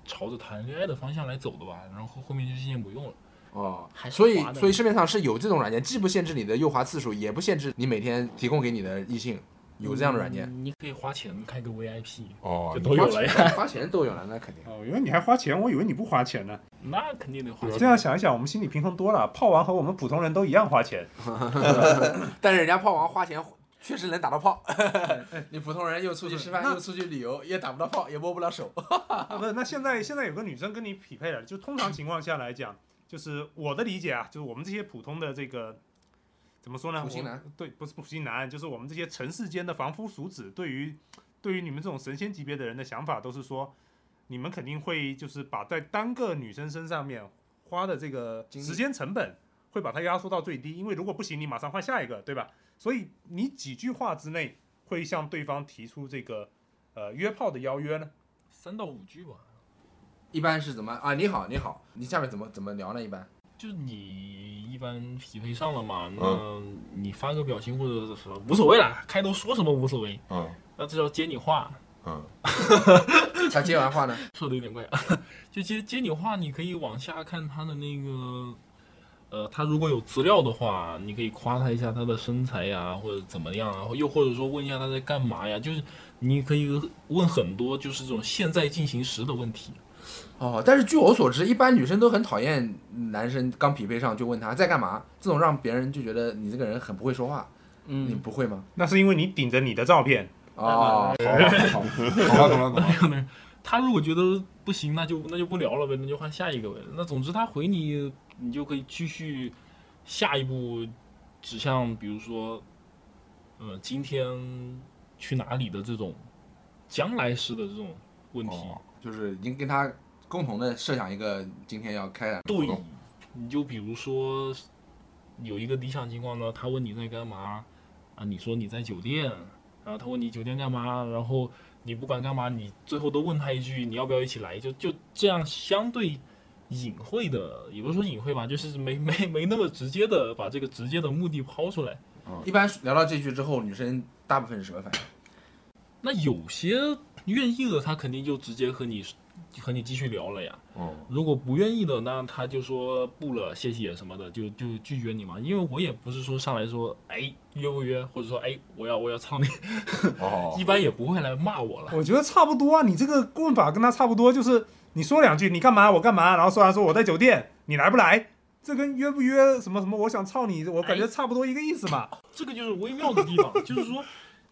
S2: 朝着谈恋爱的方向来走的吧。然后后面就渐渐不用了。
S1: 哦
S2: 还，是
S1: 所以
S2: 滑的
S1: 所以市面上是有这种软件，既不限制你的右滑次数，也不限制你每天提供给你的异性，有这样的软件。
S2: 嗯你可以花钱开个 VIP，
S5: 哦
S2: 就，
S5: 你
S2: 都有
S1: 花
S2: 了呀。
S1: 钱花钱都有了，那肯定。
S4: 哦，原来你还花钱，我以为你不花钱呢。
S2: 那肯定得
S5: 啊
S2: 花
S4: 这
S2: 钱。
S4: 样啊想一想，我们心里平衡多了。炮王和我们普通人都一样花钱，
S1: 但是人家炮王花钱确实能打到 炮，哎你普通人又出去吃饭，
S4: 那
S1: 又出去旅游，也打不到炮，也摸不到手。
S4: 啊，不是，那现在现在有个女生跟你匹配了，就通常情况下来讲，就是我的理解啊，就是我们这些普通的这个怎么说呢？
S1: 普信
S4: 我
S1: 男
S4: 对，不是普信男，就是我们这些尘世间的凡夫俗子，对于对于你们这种神仙级别的人的想法，都是说你们肯定会就是把在单个女生身上面花的这个
S1: 精力
S4: 时间成本会把它压缩到最低，因为如果不行，你马上换下一个，对吧？所以你几句话之内会向对方提出这个呃约炮的邀约呢？
S2: 三到五句吧，
S1: 一般是怎么啊？你好，你好，你下面怎么怎么聊呢？一般
S2: 就是你一般匹配上了嘛，那你发个表情或者是什么无所谓啦，开头说什么无所谓，
S5: 嗯
S2: 那这叫接你话。
S5: 嗯，
S1: 他接完话呢？
S2: 说的有点怪啊， 就接接你话，你可以往下看他的那个，呃，他如果有资料的话，你可以夸他一下他的身材呀，或者怎么样啊，又或者说问一下他在干嘛呀，就是你可以问很多就是这种现在进行时的问题，
S1: 哦，但是据我所知，一般女生都很讨厌男生刚匹配上就问他在干嘛，这种让别人就觉得你这个人很不会说话。你
S5: 嗯，
S1: 不会吗？
S4: 那是因为你顶着你的照片，
S1: 哦，好吧，好吧，
S3: 懂了懂了懂了。
S2: 他如果觉得不行，那就那就不聊了呗，那就换下一个呗。那总之他回你，你就可以继续下一步指向，比如说，呃，今天去哪里的这种将来式的这种问题。
S1: 哦就是已经跟他共同的设想一个今天要开展的活
S2: 对
S1: 动。，
S2: 你就比如说有一个理想情况呢，他问你在干嘛啊，你说你在酒店，然后他问你酒店干嘛，然后你不管干嘛，你最后都问他一句你要不要一起来，就就这样相对隐晦的，也不是说隐晦吧，就是没没没那么直接的把这个直接的目的抛出来。
S1: 一般聊到这句之后，女生大部分是什么反应？
S2: 那有些愿意的，他肯定就直接和你和你继续聊了呀。
S1: 哦，
S2: 如果不愿意的，那他就说不了，谢谢什么的，就就拒绝你嘛。因为我也不是说上来说，哎，约不约，或者说，哎，我要我要操你，
S1: 哦，
S2: 一般也不会来骂我了。
S4: 我觉得差不多啊。你这个问法跟他差不多，就是你说两句你干嘛我干嘛，然后说完说我在酒店，你来不来？这跟约不约什么什么，我想操你，我感觉差不多一个意思嘛。
S2: 这个就是微妙的地方，就是说，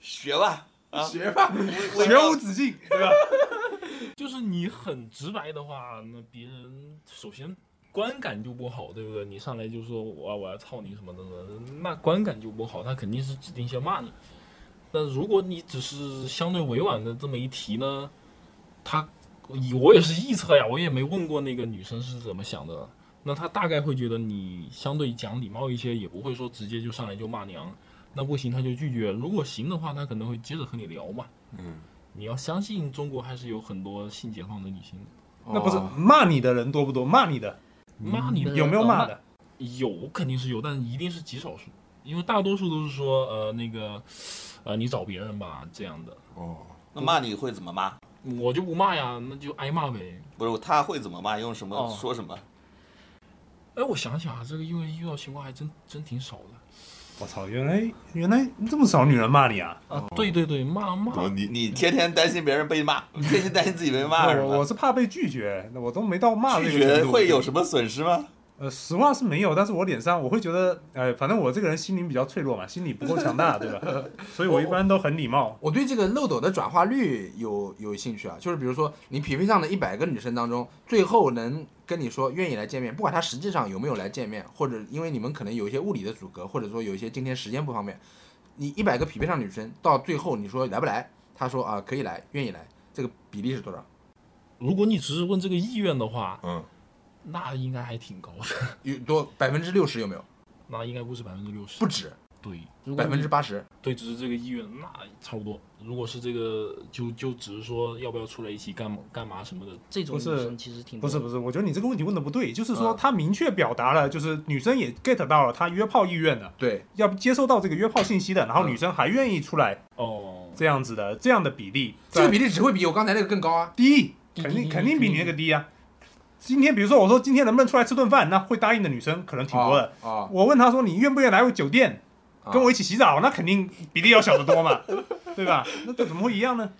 S3: 学吧，啊
S1: 学吧，
S3: 我
S4: 学无止境，对吧？
S2: 就是你很直白的话，那别人首先观感就不好，对不对？你上来就说我要我要操你什么的，那观感就不好，他肯定是指定先骂你。但如果你只是相对委婉的这么一提呢，他我也是臆测呀，我也没问过那个女生是怎么想的。那她大概会觉得你相对讲礼貌一些，也不会说直接就上来就骂娘。那不行，他就拒绝。如果行的话，他可能会接着和你聊嘛。你要相信中国还是有很多性解放的女性的。
S4: 那不是
S1: 哦
S4: 骂你的人多不多？骂你的
S2: 骂你的
S4: 有没有骂的？
S2: 有肯定是有，但一定是极少数，因为大多数都是说呃那个呃你找别人吧这样的，
S3: 那骂你会怎么骂？
S2: 我就不骂呀，那就挨骂呗。
S3: 不是他会怎么骂？用什么
S2: 哦
S3: 说什么？
S2: 哎，我想想啊，这个因为遇到情况还真真挺少的。
S4: 我操，原来原来这么少女人骂你啊！
S2: 啊，对对对，骂骂
S6: 然后你
S3: 你天天担心别人被骂，天天担心自己被骂是
S4: 我
S3: 吧
S4: 我？是怕被拒绝，那我都没到骂这
S3: 拒
S4: 个程
S3: 绝
S4: 度。
S3: 会有什么损失吗？
S4: 呃，实话是没有，但是我脸上我会觉得，呃，反正我这个人心灵比较脆弱嘛，心理不够强大，对 吧？所以我一般都很礼貌。
S1: 我对这个漏斗的转化率有有兴趣啊，就是比如说你匹配上的一百个女生当中，最后能跟你说愿意来见面，不管她实际上有没有来见面，或者因为你们可能有一些物理的阻隔，或者说有一些今天时间不方便，你一百个匹配上女生，到最后你说来不来，她说啊可以来，愿意来，这个比例是多少？
S2: 如果你只是问这个意愿的话，
S6: 嗯，
S2: 那应该还挺高的，
S1: 有多百分之六十有没有？
S2: 那应该不是百分之六十，
S1: 不止，
S2: 对，
S5: 如果
S1: 百
S5: 你
S1: 分之八十。
S2: 对，只是这个意愿，那差不多。如果是这个，就就只是说要不要出来一起干嘛干嘛什么的，
S5: 这种
S4: 不
S5: 女
S4: 是
S5: 生其实挺
S4: 不
S5: 多
S4: 是
S5: 的
S4: 不是，我觉得你这个问题问的不对，就是说
S1: 嗯
S4: 他明确表达了，就是女生也 get 到了他约炮意愿的，
S1: 对，
S4: 要接受到这个约炮信息的，然后
S1: 嗯
S4: 女生还愿意出来
S2: 哦，
S4: 这样子的这样的比例，
S1: 这个比例只会比我刚才那个更高啊。
S4: 低，
S2: 低
S4: 肯
S2: 低
S4: 定
S2: 低
S4: 肯定比
S2: 低
S4: 你那个低啊。今天比如说我说今天能不能出来吃顿饭，那会答应的女生可能挺多的。
S1: 哦。
S4: 我问她说你愿不愿意来我酒店
S1: 哦
S4: 跟我一起洗澡，那肯定比例要小得 多嘛，对吧？那这怎么会一样呢？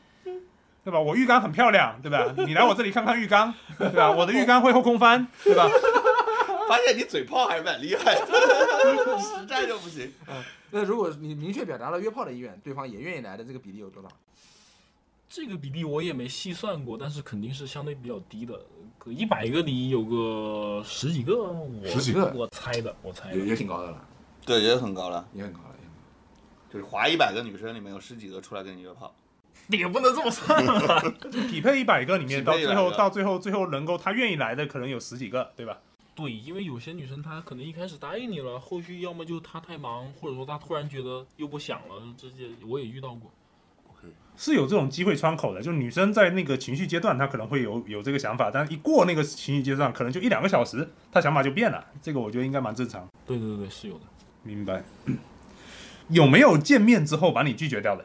S4: 对吧？我浴缸很漂亮，对吧？你来我这里看看浴缸，对吧？我的浴缸会后空翻，对吧？
S3: 发现你嘴炮还蛮厉 害的，实战就不行。
S1: 那如果你明确表达了约炮的意愿，对方也愿意来的这个比例有多少？
S2: 这个比例我也没细算过，但是肯定是相对比较低的，可一百个里有个十几个，我
S1: 十几个
S2: 我猜的，我猜
S1: 也
S2: 的。
S1: 也挺高的了，
S3: 对，也很高了，
S1: 也很高了。也很高了
S3: 就是划一百个女生里面有十几个出来跟你约炮，
S2: 你也不能这么算吧？
S4: 匹配一百个里面，
S3: 匹配
S4: 到最后
S3: 100个
S4: 到最后最后能够她愿意来的可能有十几个，对吧？
S2: 对，因为有些女生她可能一开始答应你了，后续要么就她太忙，或者说她突然觉得又不想了，这些我也遇到过。
S4: 是有这种机会窗口的，就女生在那个情绪阶段，她可能会有有这个想法，但一过那个情绪阶段，可能就一两个小时，她想法就变了。这个我觉得应该蛮正常。
S2: 对对对，是有的。
S4: 明白。 有没有见面之后把你拒绝掉的？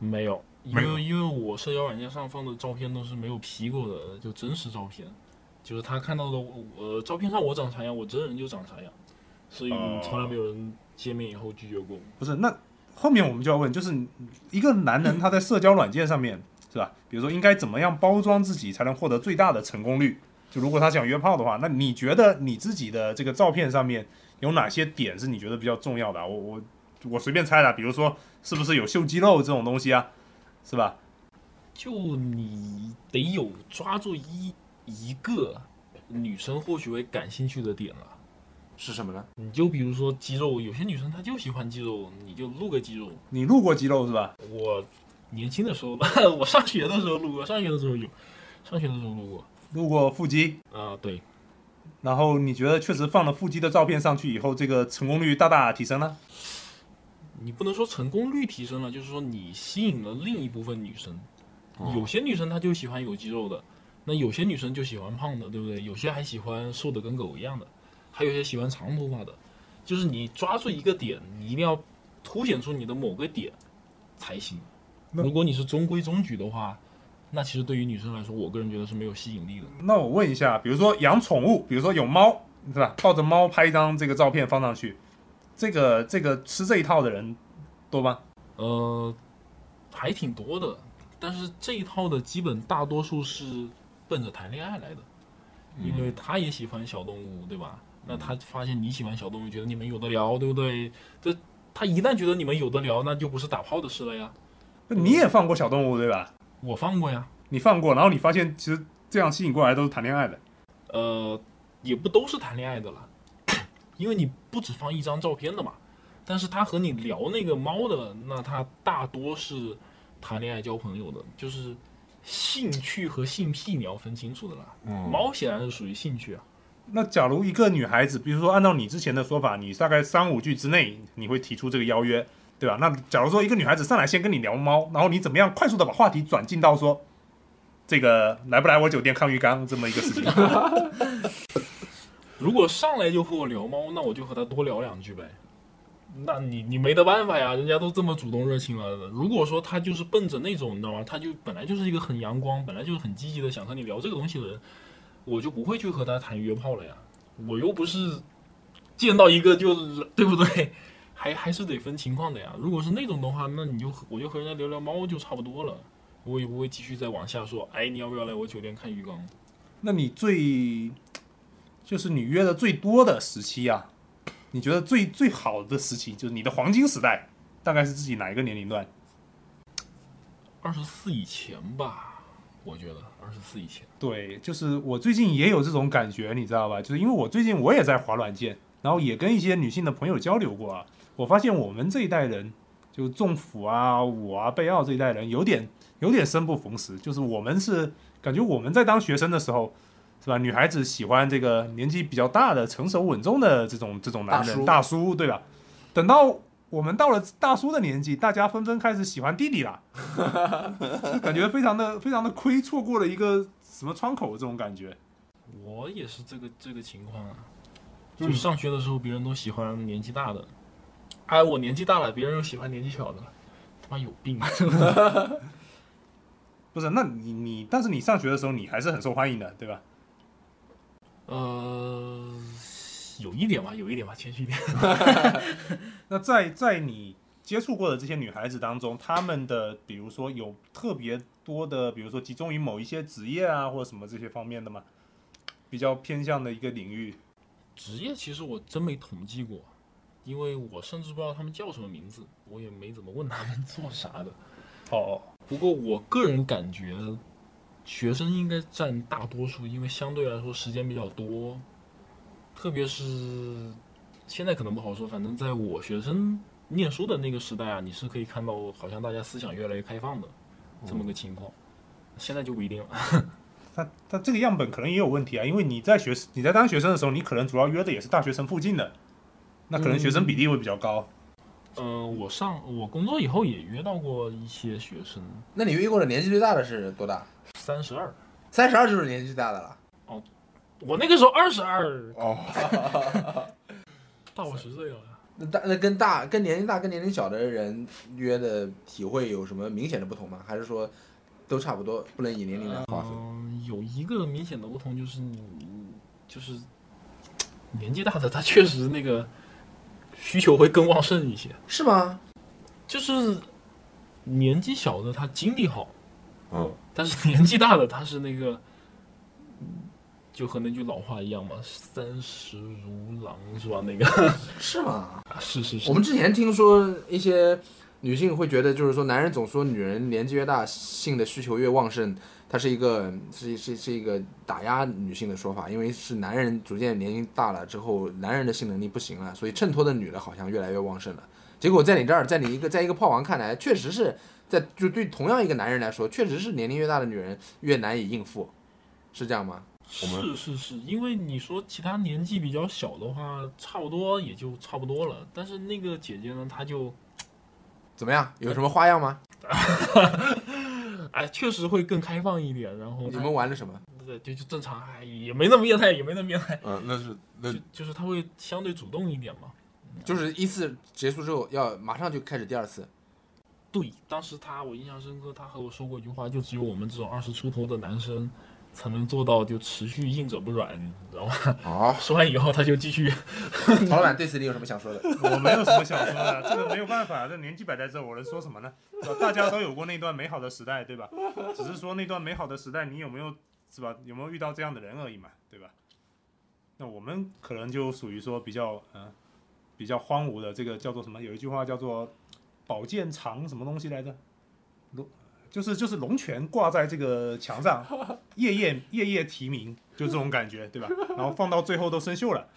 S2: 没有，因
S4: 没有
S2: 为因为我社交软件上放的照片都是没有 P 过的，就真实照片，就是他看到的我，呃，照片上我长啥样，我真人就长啥样，所以
S4: 哦
S2: 从来没有人见面以后拒绝过我。
S4: 不是，那后面我们就要问，就是一个男人他在社交软件上面，是吧？比如说应该怎么样包装自己才能获得最大的成功率？就如果他想约炮的话，那你觉得你自己的这个照片上面有哪些点是你觉得比较重要的啊、我我我随便猜的，比如说是不是有秀肌肉这种东西啊，是吧？
S2: 就你得有抓住一一个女生或许会感兴趣的点了。
S1: 是什么呢？
S2: 你就比如说肌肉，有些女生她就喜欢肌肉，你就露个肌肉。
S4: 你露过肌肉是吧？
S2: 我年轻的时候， 我上学的时候露过，上学的时候有，上学的时候露过。
S4: 露过腹肌，
S2: 啊、对，
S4: 然后你觉得确实放了腹肌的照片上去以后，这个成功率大大提升了？
S2: 你不能说成功率提升了，就是说你吸引了另一部分女生。有些女生她就喜欢有肌肉的，那有些女生就喜欢胖的，对不对？有些还喜欢瘦的跟狗一样的，还有些喜欢长头发的。就是你抓住一个点，你一定要凸显出你的某个点才行。
S4: 那
S2: 如果你是中规中矩的话，那其实对于女生来说，我个人觉得是没有吸引力的。
S4: 那我问一下，比如说养宠物，比如说有猫，是吧？抱着猫拍一张这个照片放上去，这个这个吃这一套的人多吗？
S2: 呃，还挺多的，但是这一套的基本大多数是奔着谈恋爱来的，因为他也喜欢小动物，对吧？那他发现你喜欢小动物，觉得你们有的聊，对不对？这他一旦觉得你们有的聊，那就不是打炮的事了呀。
S4: 那你也放过小动物对吧？
S2: 我放过呀，
S4: 你放过，然后你发现其实这样吸引过来都是谈恋爱的。
S2: 呃，也不都是谈恋爱的啦， 因为你不只放一张照片的嘛。但是他和你聊那个猫的，那他大多是谈恋爱交朋友的，就是兴趣和性癖你要分清楚的啦。猫显然是属于兴趣啊，
S4: 那假如一个女孩子，比如说按照你之前的说法，你大概三五句之内你会提出这个邀约，对吧？那假如说一个女孩子上来先跟你聊猫，然后你怎么样快速的把话题转进到说这个来不来我酒店看浴缸这么一个事情？
S2: 如果上来就和我聊猫，那我就和他多聊两句呗。那你你没得办法呀，人家都这么主动热情了。如果说他就是奔着那种，你知道吗？他就本来就是一个很阳光，本来就是很积极的想和你聊这个东西的人，我就不会去和他谈约炮了呀。我又不是见到一个就是对不对？还还是得分情况的呀。如果是那种的话，那你就和我就和人家聊聊猫就差不多了，我也不会继续再往下说。哎，你要不要来我酒店看浴缸？
S4: 那你最就是你约的最多的时期啊，你觉得最最好的时期就是你的黄金时代，大概是自己哪一个年龄段？
S2: 二十四以前吧，我觉得二十四以前。
S4: 对，就是我最近也有这种感觉，你知道吧？就是因为我最近我也在滑软件，然后也跟一些女性的朋友交流过啊，我发现我们这一代人，就政府啊、我啊、贝奥这一代人，有点有点生不逢时，就是我们是感觉我们在当学生的时候。是吧？女孩子喜欢这个年纪比较大的、成熟稳重的这种这种男人，
S1: 大
S4: 大叔对吧？等到我们到了大叔的年纪，大家纷纷开始喜欢弟弟了，感觉非常的非常的亏，错过了一个什么窗口这种感觉。
S2: 我也是这个这个情况啊，就上学的时候，别人都喜欢年纪大的，哎，我年纪大了，别人又喜欢年纪小的了，他妈有病！
S4: 不是，那你你，但是你上学的时候，你还是很受欢迎的，对吧？
S2: 呃，有一点吧，有一点吧，谦虚一点。
S4: 那在在你接触过的这些女孩子当中，她们的比如说有特别多的，比如说集中于某一些职业啊，或者什么这些方面的吗？比较偏向的一个领域，
S2: 职业其实我真没统计过，因为我甚至不知道他们叫什么名字，我也没怎么问他们做啥的。
S4: 哦，
S2: 不过我个人感觉，学生应该占大多数，因为相对来说时间比较多，特别是现在可能不好说，反正在我学生念书的那个时代啊，你是可以看到好像大家思想越来越开放的这么个情况，现在就不一定了。
S4: 那那这个样本可能也有问题啊，因为你在学你在当学生的时候，你可能主要约的也是大学生附近的，那可能学生比例会比较高。
S2: 嗯、我上我工作以后也约到过一些学生，
S1: 那你约过的年纪最大的是多大？
S2: 三十二，
S1: 三十二就是年纪最大的了。
S2: 我那个时候二十二，
S1: 哦，
S2: 大我十岁了。
S1: 那大那跟大跟年龄大跟年龄小的人约的体会有什么明显的不同吗？还是说都差不多，不能以年龄来划分？
S2: 嗯，有一个明显的不同就是你，就是年纪大的他确实那个需求会更旺盛一些，
S1: 是吗？
S2: 就是年纪小的他精力好，
S5: 嗯，
S2: 但是年纪大的他是那个，就和那句老话一样嘛，三十如狼是吧？那个
S1: 是吗？
S2: 是是是
S1: 我，们之前听说一些女性会觉得，就是说男人总说女人年纪越大，性的需求越旺盛，它是一个是是是一个打压女性的说法，因为是男人逐渐年龄大了之后，男人的性能力不行了，所以衬托的女的好像越来越旺盛了。结果在你这儿，在你一个在一个炮王看来，确实是在就对同样一个男人来说，确实是年龄越大的女人越难以应付，是这样吗？
S5: 我们
S2: 是是是，因为你说其他年纪比较小的话，差不多也就差不多了。但是那个姐姐呢，她就
S1: 怎么样？有什么花样吗？
S2: 哎，确实会更开放一点。然后
S1: 你们玩了什么？
S2: 对就就正常，哎，也没那么变态，也没那么变态，
S5: 嗯，那是那
S2: 就就是她会相对主动一点嘛。
S1: 就是一次结束之后，要马上就开始第二次。
S2: 对，当时他我印象深刻，他和我说过一句话，就只有我们这种二十出头的男生才能做到，就持续硬者不软，你知 道吗？
S1: 好，
S2: 说完以后他就继续，
S1: 曹老板对此你有什么想说的？
S4: 我没有什么想说的，这个没有办法，这年纪摆在这，我能说什么呢？是吧大家都有过那段美好的时代，对吧？只是说那段美好的时代，你有没有是吧？有没有遇到这样的人而已嘛，对吧？那我们可能就属于说比较嗯、呃比较荒芜的这个叫做什么？有一句话叫做“宝剑藏什么东西来着？”龙就是就是龙泉挂在这个墙上，夜夜夜夜啼鸣，就这种感觉，对吧？然后放到最后都生锈了。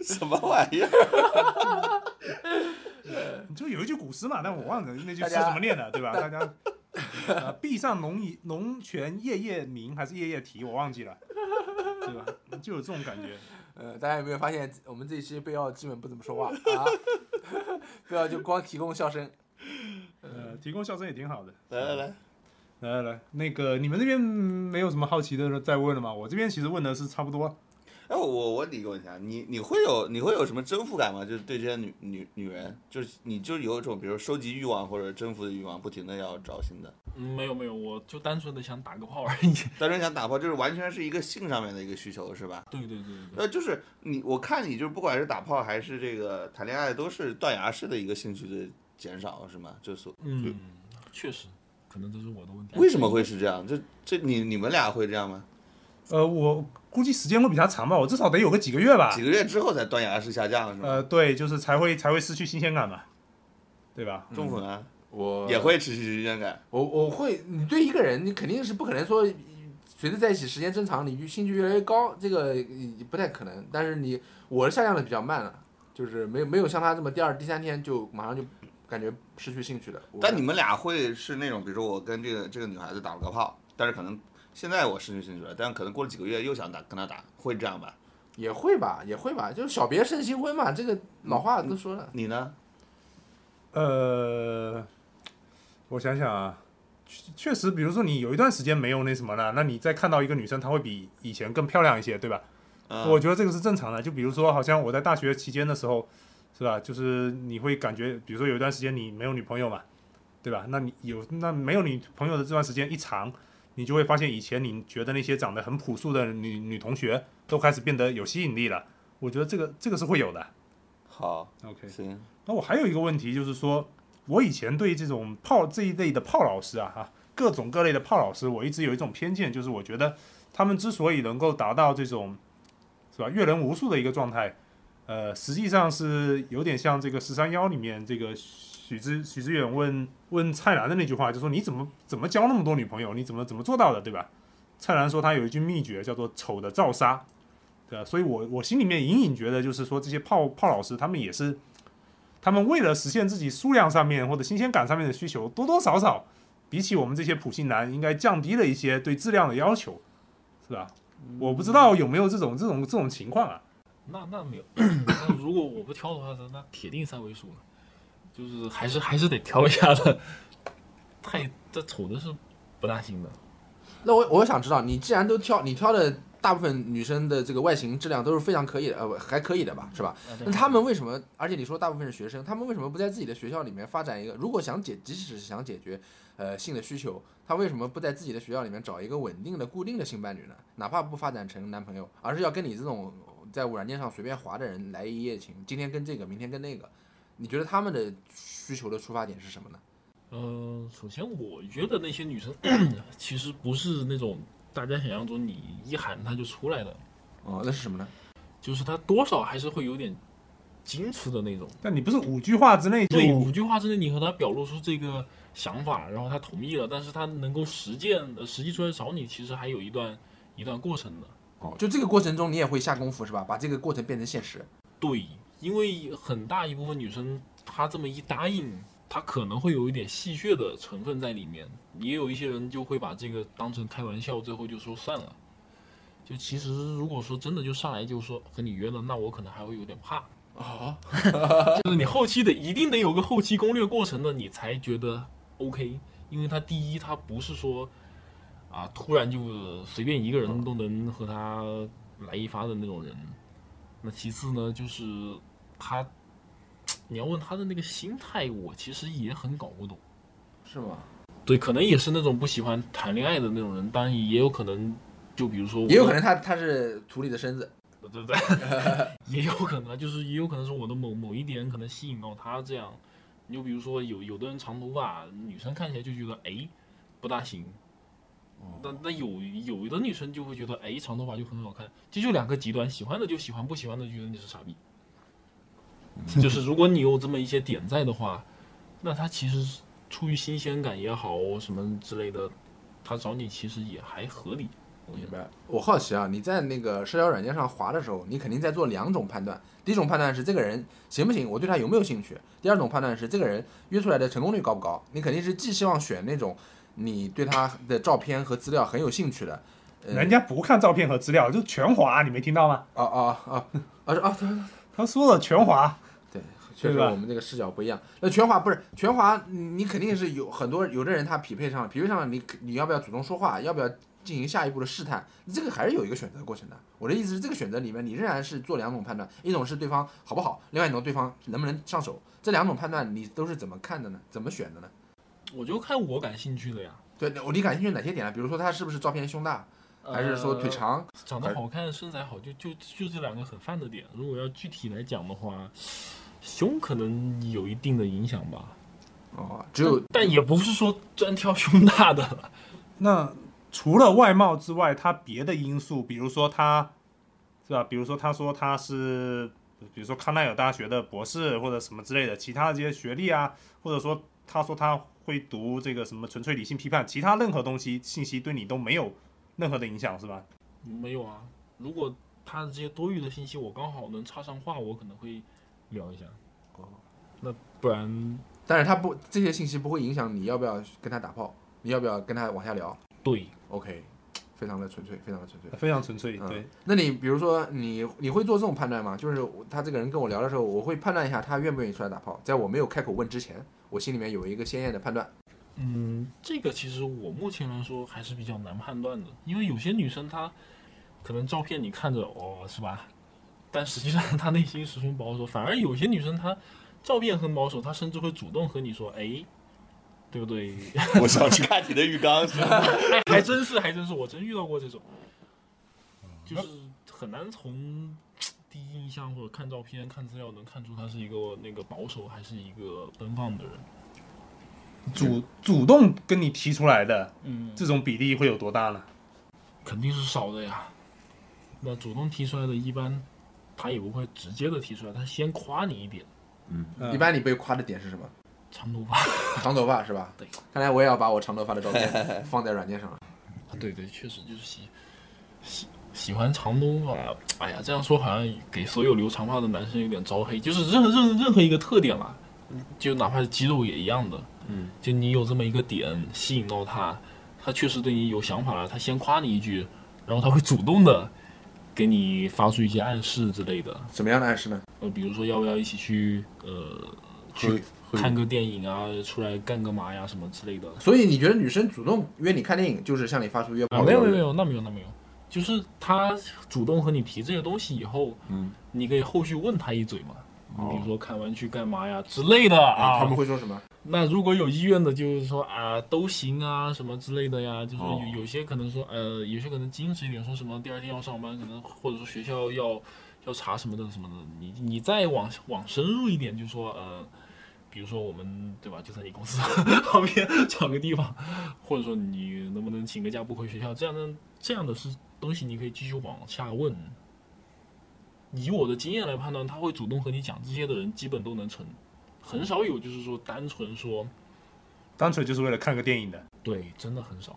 S3: 什么玩意儿？
S4: 就有一句古诗嘛，但我忘了那句
S1: 大
S4: 诗
S1: 家
S4: 怎么念的，对吧？大家，呃，壁上龙吟龙泉夜夜鸣还是夜夜啼，我忘记了，对吧？就有这种感觉。
S1: 呃，大家有没有发现我们这一期贝奥基本不怎么说话啊？ 贝奥就光提供笑声。
S4: 呃，提供笑声也挺好的。
S3: 来来来，
S4: 来来来，那个你们那边没有什么好奇的再问了吗？我这边其实问的是差不多。
S3: 哎，我我问你一个问题啊，你你会有你会有什么征服感吗？就是对这些女女女人，就是你就是有一种比如收集欲望或者征服的欲望，不停的要找新的，
S2: 嗯没有没有，我就单纯的想打个炮而已。
S3: 但是想打破，就是完全是一个性上面的一个需求，是吧？
S2: 对对对对对，
S3: 呃，就是你，我看你就是不管是打炮还是这个谈恋爱，都是断崖式的一个兴趣的减少，是吗？就是
S2: 嗯，确实，可能这是我的问题。
S3: 为什么会是这样？这这你你们俩会这样吗？
S4: 呃，我估计时间会比他长吧，我至少得有个几个月吧
S3: 几。个月之后才断崖式下降是吗？
S4: 啊
S3: 嗯
S4: 呃，对，就是才会才会失去新鲜感嘛，对吧？
S3: 中粉啊
S1: 我
S3: 也，会持续新鲜感，
S1: 我我会，你对一个人，你肯定是不可能说随着在一起时间增长，你兴趣越来越高，这个呃不太可能。但是你我下降的比较慢了，就是没有没有像他这么第二第三天就马上就感觉失去兴趣了。我
S3: 但你们俩会是那种，比如说我跟这个这个女孩子打了个炮，但是可能现在我失去兴趣了，但可能过了几个月又想打跟她打，会这样吧？
S1: 也会吧，也会吧，就是小别胜新婚嘛，这个老话都说了。
S3: 你呢？
S4: 呃，我想想啊，确确实，比如说你有一段时间没有那什么了，那你再看到一个女生，她会比以前更漂亮一些，对吧？
S3: 嗯、
S4: 我觉得这个是正常的。就比如说，好像我在大学期间的时候，是吧？就是你会感觉，比如说有一段时间你没有女朋友嘛，对吧？那你有那没有女朋友的这段时间一长，你就会发现以前你觉得那些长得很朴素的女女同学都开始变得有吸引力了。我觉得这个这个是会有的。
S3: 好，
S4: OK，
S3: 行，
S4: 那我还有一个问题，就是说我以前对这种炮这一类的炮老师啊，哈、各种各类的炮老师，我一直有一种偏见，就是我觉得他们之所以能够达到这种是吧阅人无数的一个状态，呃，实际上是有点像这个十三幺里面这个许知许知远问问蔡澜的那句话，就说你怎么怎么交那么多女朋友，你怎么怎么做到的，对吧？蔡澜说他有一句秘诀叫做“丑的照杀”，对吧？所以我我心里面隐隐觉得，就是说这些炮炮老师他们也是。他们为了实现自己数量上面或者新鲜感上面的需求，多多少少比起我们这些普信男，应该降低了一些对质量的要求，是吧？我不知道有没有这种这种这种情况啊。
S2: 那那没有， 那如果我不挑的话，那那铁定三位数了，就是还是还是得挑一下的，太这丑的是不大行的。
S1: 那我我想知道，你既然都挑，你挑的大部分女生的这个外形质量都是非常可以的，呃，不还可以的吧，是吧？那他们为什么？而且你说大部分是学生，他们为什么不在自己的学校里面发展一个？如果想解，即使是想解决呃性的需求，他为什么不在自己的学校里面找一个稳定的、固定的性伴侣呢？哪怕不发展成男朋友，而是要跟你这种在软件上随便滑的人来一夜情，今天跟这个，明天跟那个，你觉得他们的需求的出发点是什么呢？
S2: 嗯、首先我觉得那些女生 其实不是那种大家想象中你一喊她就出来的，
S1: 哦，那是什么呢？
S2: 就是她多少还是会有点矜持的那种。
S4: 但你不是五句话之内就
S2: 对，五句话之内你和她表露出这个想法，然后她同意了，但是她能够实践、呃实际出来找你，其实还有一段一段过程的。
S1: 哦，就这个过程中你也会下功夫是吧？把这个过程变成现实。
S2: 对，因为很大一部分女生，她这么一答应，她可能会有一点戏谑的成分在里面，也有一些人就会把这个当成开玩笑，最后就说算了。就其实如果说真的就上来就说和你约了，那我可能还会有点怕。
S1: 哦，
S2: 就是你后期得一定得有个后期攻略过程的，你才觉得 OK。因为他第一，他不是说啊突然就随便一个人都能和他来一发的那种人。那其次呢，就是他，你要问他的那个心态，我其实也很搞不懂。
S1: 是吗？
S2: 对，可能也是那种不喜欢谈恋爱的那种人，当然也有可能，就比如说我，
S1: 也有可能他他是土里的身子。
S2: 对不对？也有可能，就是也有可能是我的某某一点可能吸引到他这样。你就比如说有有的人长头发，女生看起来就觉得哎不大行，那那有有的女生就会觉得哎长头发就很好看，这就两个极端，喜欢的就喜欢，不喜欢的就觉得你是傻逼。就是如果你有这么一些点在的话，那他其实是出于新鲜感也好什么之类的，他找你其实也还合理。我觉
S1: 明
S2: 得
S1: 白。我好奇啊，你在那个社交软件上滑的时候，你肯定在做两种判断。第一种判断是这个人行不行，我对他有没有兴趣；第二种判断是这个人约出来的成功率高不高。你肯定是既希望选那种你对他的照片和资料很有兴趣的，呃
S4: 人家不看照片和资料，就全滑，你没听到吗？
S1: 啊啊啊啊啊！对
S4: 他说了全滑，
S1: 对，确实
S4: 对吧
S1: 我们这个视角不一样。那全华不是全华，你你肯定是有很多有的人他匹配上了，匹配上了你你要不要主动说话，要不要进行下一步的试探，这个还是有一个选择过程的。我的意思是，这个选择里面你仍然是做两种判断，一种是对方好不好，另外一种对方能不能上手。这两种判断你都是怎么看的呢？怎么选的呢？
S2: 我就看我感兴趣的呀，
S1: 对，我你感兴趣哪些点呢？啊比如说他是不是照片胸大，还是说
S2: 呃
S1: 腿长？
S2: 长得好看、身材好，就就就这两个很泛的点。如果要具体来讲的话，胸可能有一定的影响吧，
S1: 哦，只有
S2: 但也不是说专挑胸大的了。
S4: 那除了外貌之外，他别的因素，比如说他，是吧？比如说他说他是，比如说康奈尔大学的博士或者什么之类的，其他的这些学历啊，或者说他说他会读这个什么纯粹理性批判，其他任何东西信息对你都没有任何的影响，是吧？
S2: 没有啊，如果他的这些多余的信息我刚好能插上话，我可能会聊一下。
S1: 哦，
S2: 那不然
S1: 但是他不这些信息不会影响你要不要跟他打炮，你要不要跟他往下聊。
S2: 对
S1: OK，非常的纯粹，非常的纯粹。
S4: 非常纯粹，
S1: 嗯
S4: 对，
S1: 那你比如说你你会做这种判断吗？就是我他这个人跟我聊的时候，我会判断一下他愿不愿意出来打炮，在我没有开口问之前，我心里面有一个鲜艳的判断。
S2: 嗯，这个其实我目前来说还是比较难判断的，因为有些女生她可能照片你看着哦是吧，但实际上她内心十分保守，反而有些女生她照片很保守，她甚至会主动和你说，哎，对不对？
S3: 我想去看你的浴缸，是 吧
S2: 哎，还真是还真是，我真遇到过这种，就是很难从第一印象或者看照片、看资料能看出她是一个那个保守还是一个奔放的人。
S4: 主主动跟你提出来的
S2: 嗯，
S4: 这种比例会有多大呢？
S2: 肯定是少的呀。那主动提出来的，一般他也不会直接的提出来，他先夸你一点，
S4: 嗯
S1: 一般你被夸的点是什么？
S2: 长头发。
S1: 长头发是吧？
S2: 对。
S1: 看来我也要把我长头发的照 片放在软件上了。
S2: 对对，确实就是喜喜喜欢长头发。哎呀，这样说好像给所有留长发的男生有点招黑，就是任任任何一个特点啦，就哪怕是肌肉也一样的。
S1: 嗯，
S2: 就你有这么一个点吸引到他，他确实对你有想法了，他先夸你一句，然后他会主动的给你发出一些暗示之类的。
S1: 什么样的暗示呢？
S2: 呃，比如说要不要一起去呃去看个电影啊，出来干个嘛呀什么之类的。
S1: 所以你觉得女生主动约你看电影，就是向你发出约
S2: 啊，
S1: 炮？
S2: 没有没有没。有，那没有那没有，就是他主动和你提这些东西以后，
S1: 嗯，哦
S2: 你可以后续问他一嘴嘛，比如说看完去干嘛呀之类的啊。
S1: 哎他们会说什么？
S2: 那如果有意愿的，就是说啊都行啊什么之类的呀，就是有、
S1: 哦
S2: 有些可能说呃，有些可能矜持一点，说什么第二天要上班，可能或者说学校要要查什么的什么的，你你再往往深入一点，就说呃，比如说我们对吧，就在你公司 旁边找个地方，或者说你能不能请个假不回学校，这样的这样的是东西，你可以继续往下问。以我的经验来判断，他会主动和你讲这些的人，基本都能成，很少有就是说单纯说
S4: 单纯就是为了看个电影的。
S2: 对，真的很少。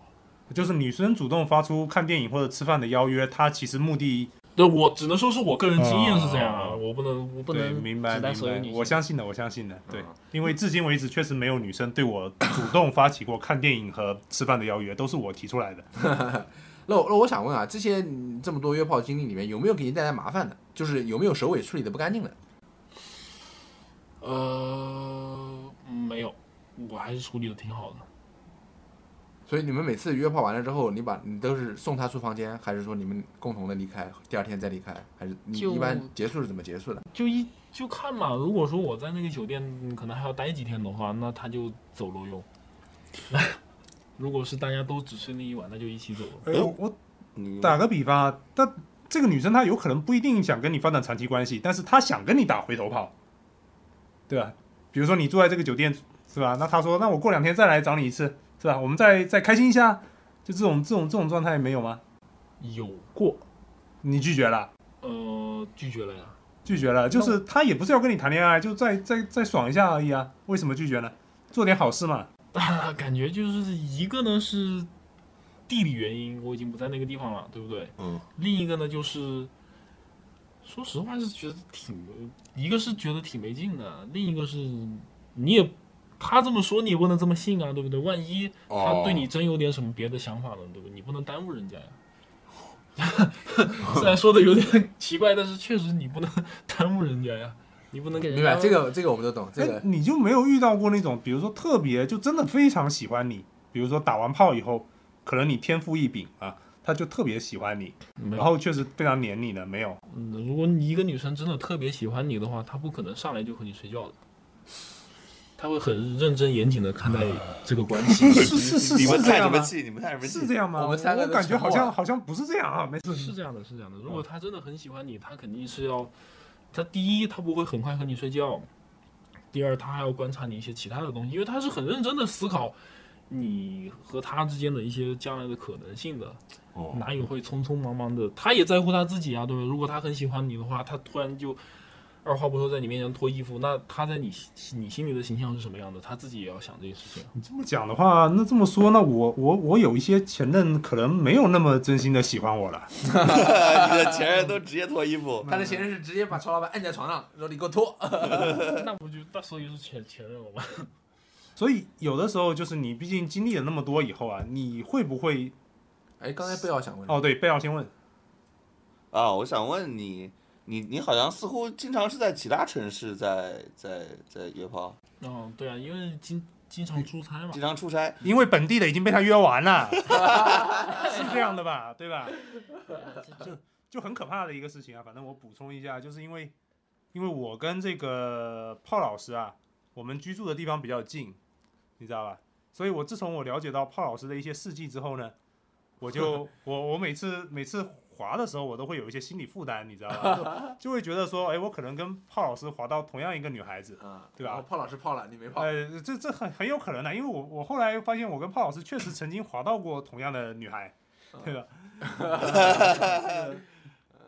S4: 就是女生主动发出看电影或者吃饭的邀约，她其实目的
S2: 对我只能说是我个人经验是这样啊，我不能我不
S4: 哦对，
S2: 能
S4: 明白
S2: 只
S4: 明
S2: 带所有
S4: 白
S2: 女，性
S4: 我相信的，我相信的，对，因为至今为止确实没有女生对我主动发起过看电影和吃饭的邀约，都是我提出来的。
S1: 那我那我想问啊，这些嗯这么多约炮经历里面，有没有给你带来麻烦的？就是有没有首尾处理的不干净的？
S2: 呃，没有，我还是处理的挺好的。
S1: 所以你们每次约炮完了之后，你把你都是送他出房间，还是说你们共同的离开，第二天再离开，还是你
S2: 就
S1: 一般结束是怎么结束的？
S2: 就一就看嘛。如果说我在那个酒店嗯可能还要待几天的话，那他就走了哟。 如果是大家都只睡那一晚，那就一起走了。
S4: 哎，我我
S3: 你
S4: 打个比方啊，但这个女生她有可能不一定想跟你发展长期关系，但是她想跟你打回头炮，对吧？比如说你住在这个酒店是吧？那她说，那我过两天再来找你一次是吧？我们再再开心一下，就这种这种这种状态没有吗？
S2: 有过，
S4: 你拒绝了。
S2: 呃，拒绝了呀。
S4: 拒绝了，就是他也不是要跟你谈恋爱，就再再再爽一下而已啊，为什么拒绝呢？做点好事嘛。
S2: 感觉就是一个呢是地理原因，我已经不在那个地方了，对不对？
S3: 嗯。
S2: 另一个呢就是，说实话是觉得挺，一个是觉得挺没劲的，另一个是你也他这么说你也不能这么信啊，对不对？万一
S1: 哦
S2: 他对你真有点什么别的想法呢，对不对？你不能耽误人家呀。 虽然说的有点奇怪，但是确实你不能 耽误人家呀，你不能给人
S1: 明
S2: 家
S1: 白，这个这个我们都懂，这
S4: 哎
S1: 个，
S4: 你就没有遇到过那种，比如说特别就真的非常喜欢你，比如说打完炮以后，可能你天赋异禀啊，他就特别喜欢你，
S2: 没有
S4: 然后确实非常黏你的，没有。
S2: 嗯，如果你一个女生真的特别喜欢你的话，她不可能上来就和你睡觉的，她会很认真严谨的看待这个关系。
S4: 是是是
S3: 你
S4: 是
S3: 们
S4: 这
S3: 太
S4: 样
S3: 什么
S4: 吗？
S3: 气？你们太什么气？
S4: 是这样吗？
S1: 我
S4: 我
S1: 们三个都啊
S4: 感觉
S1: 沉默
S4: 好像
S1: 了
S4: 好像不是这样啊，没事。
S2: 是这样的，是这样的。如果她真的很喜欢你，她肯定是要，她第一，她不会很快和你睡觉；第二，她还要观察你一些其他的东西，因为她是很认真的思考你和她之间的一些将来的可能性的。
S3: 哦
S2: 哪有会匆匆忙忙的？她也在乎她自己啊，对吧？如果她很喜欢你的话，她突然就二话不说在你面前脱衣服，那她在你心你心里的形象是什么样的？她自己也要想这些事 情。啊
S4: 你这么讲的话，那这么说，那我我我有一些前任可能没有那么真心的喜欢我了。
S3: 你的前任都直接脱衣服，
S1: 他的前任是直接把曹老板按在床上，说你给我脱。
S2: 那不就那所以是前前任了吗？
S4: 所以有的时候就是你毕竟经历了那么多以后啊，你会不会
S1: 哎，刚才贝奥想问，
S4: 哦？对，贝奥先问，
S3: 啊，我想问你，你你好像似乎经常是在其他城市在在在约炮，
S2: 嗯，对啊，因为经经常出差嘛
S3: 经。常出差，
S4: 因为本地的已经被他约完了，是这样的吧？对吧？就就很可怕的一个事情啊。反正我补充一下，就是因为因为我跟这个炮老师啊，我们居住的地方比较近，你知道吧？所以我自从我了解到炮老师的一些事迹之后呢，我就我我每次每次滑的时候，我都会有一些心理负担，你知道吧？就就会觉得说，哎，我可能跟炮老师滑到同样一个女孩子。
S1: 啊，
S4: 对吧
S1: 我泡老师泡了，你没泡。
S4: 呃，这这很很有可能的，因为我我后来发现我跟炮老师确实曾经滑到过同样的女孩，
S3: 嗯
S4: 对吧？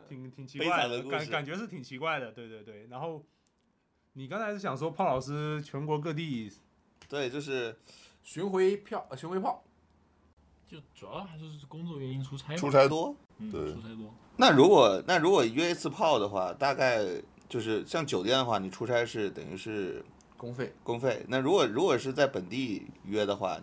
S4: 挺挺奇
S3: 悲
S4: 怪
S3: 惨的故
S4: 感
S3: 事
S4: 感觉是挺奇怪的，对对对。然后你刚才是想说炮老师全国各地，
S3: 对，就是
S1: 巡回票，呃巡回炮，
S2: 就主要还是工作原因出差嘛。
S3: 出差多。
S2: 嗯，
S3: 对
S2: 出差多。
S3: 那如果那如果约一次炮的话，大概就是像酒店的话，你出差是等于是
S1: 公费。
S3: 公费。那如果如果是在本地约的话，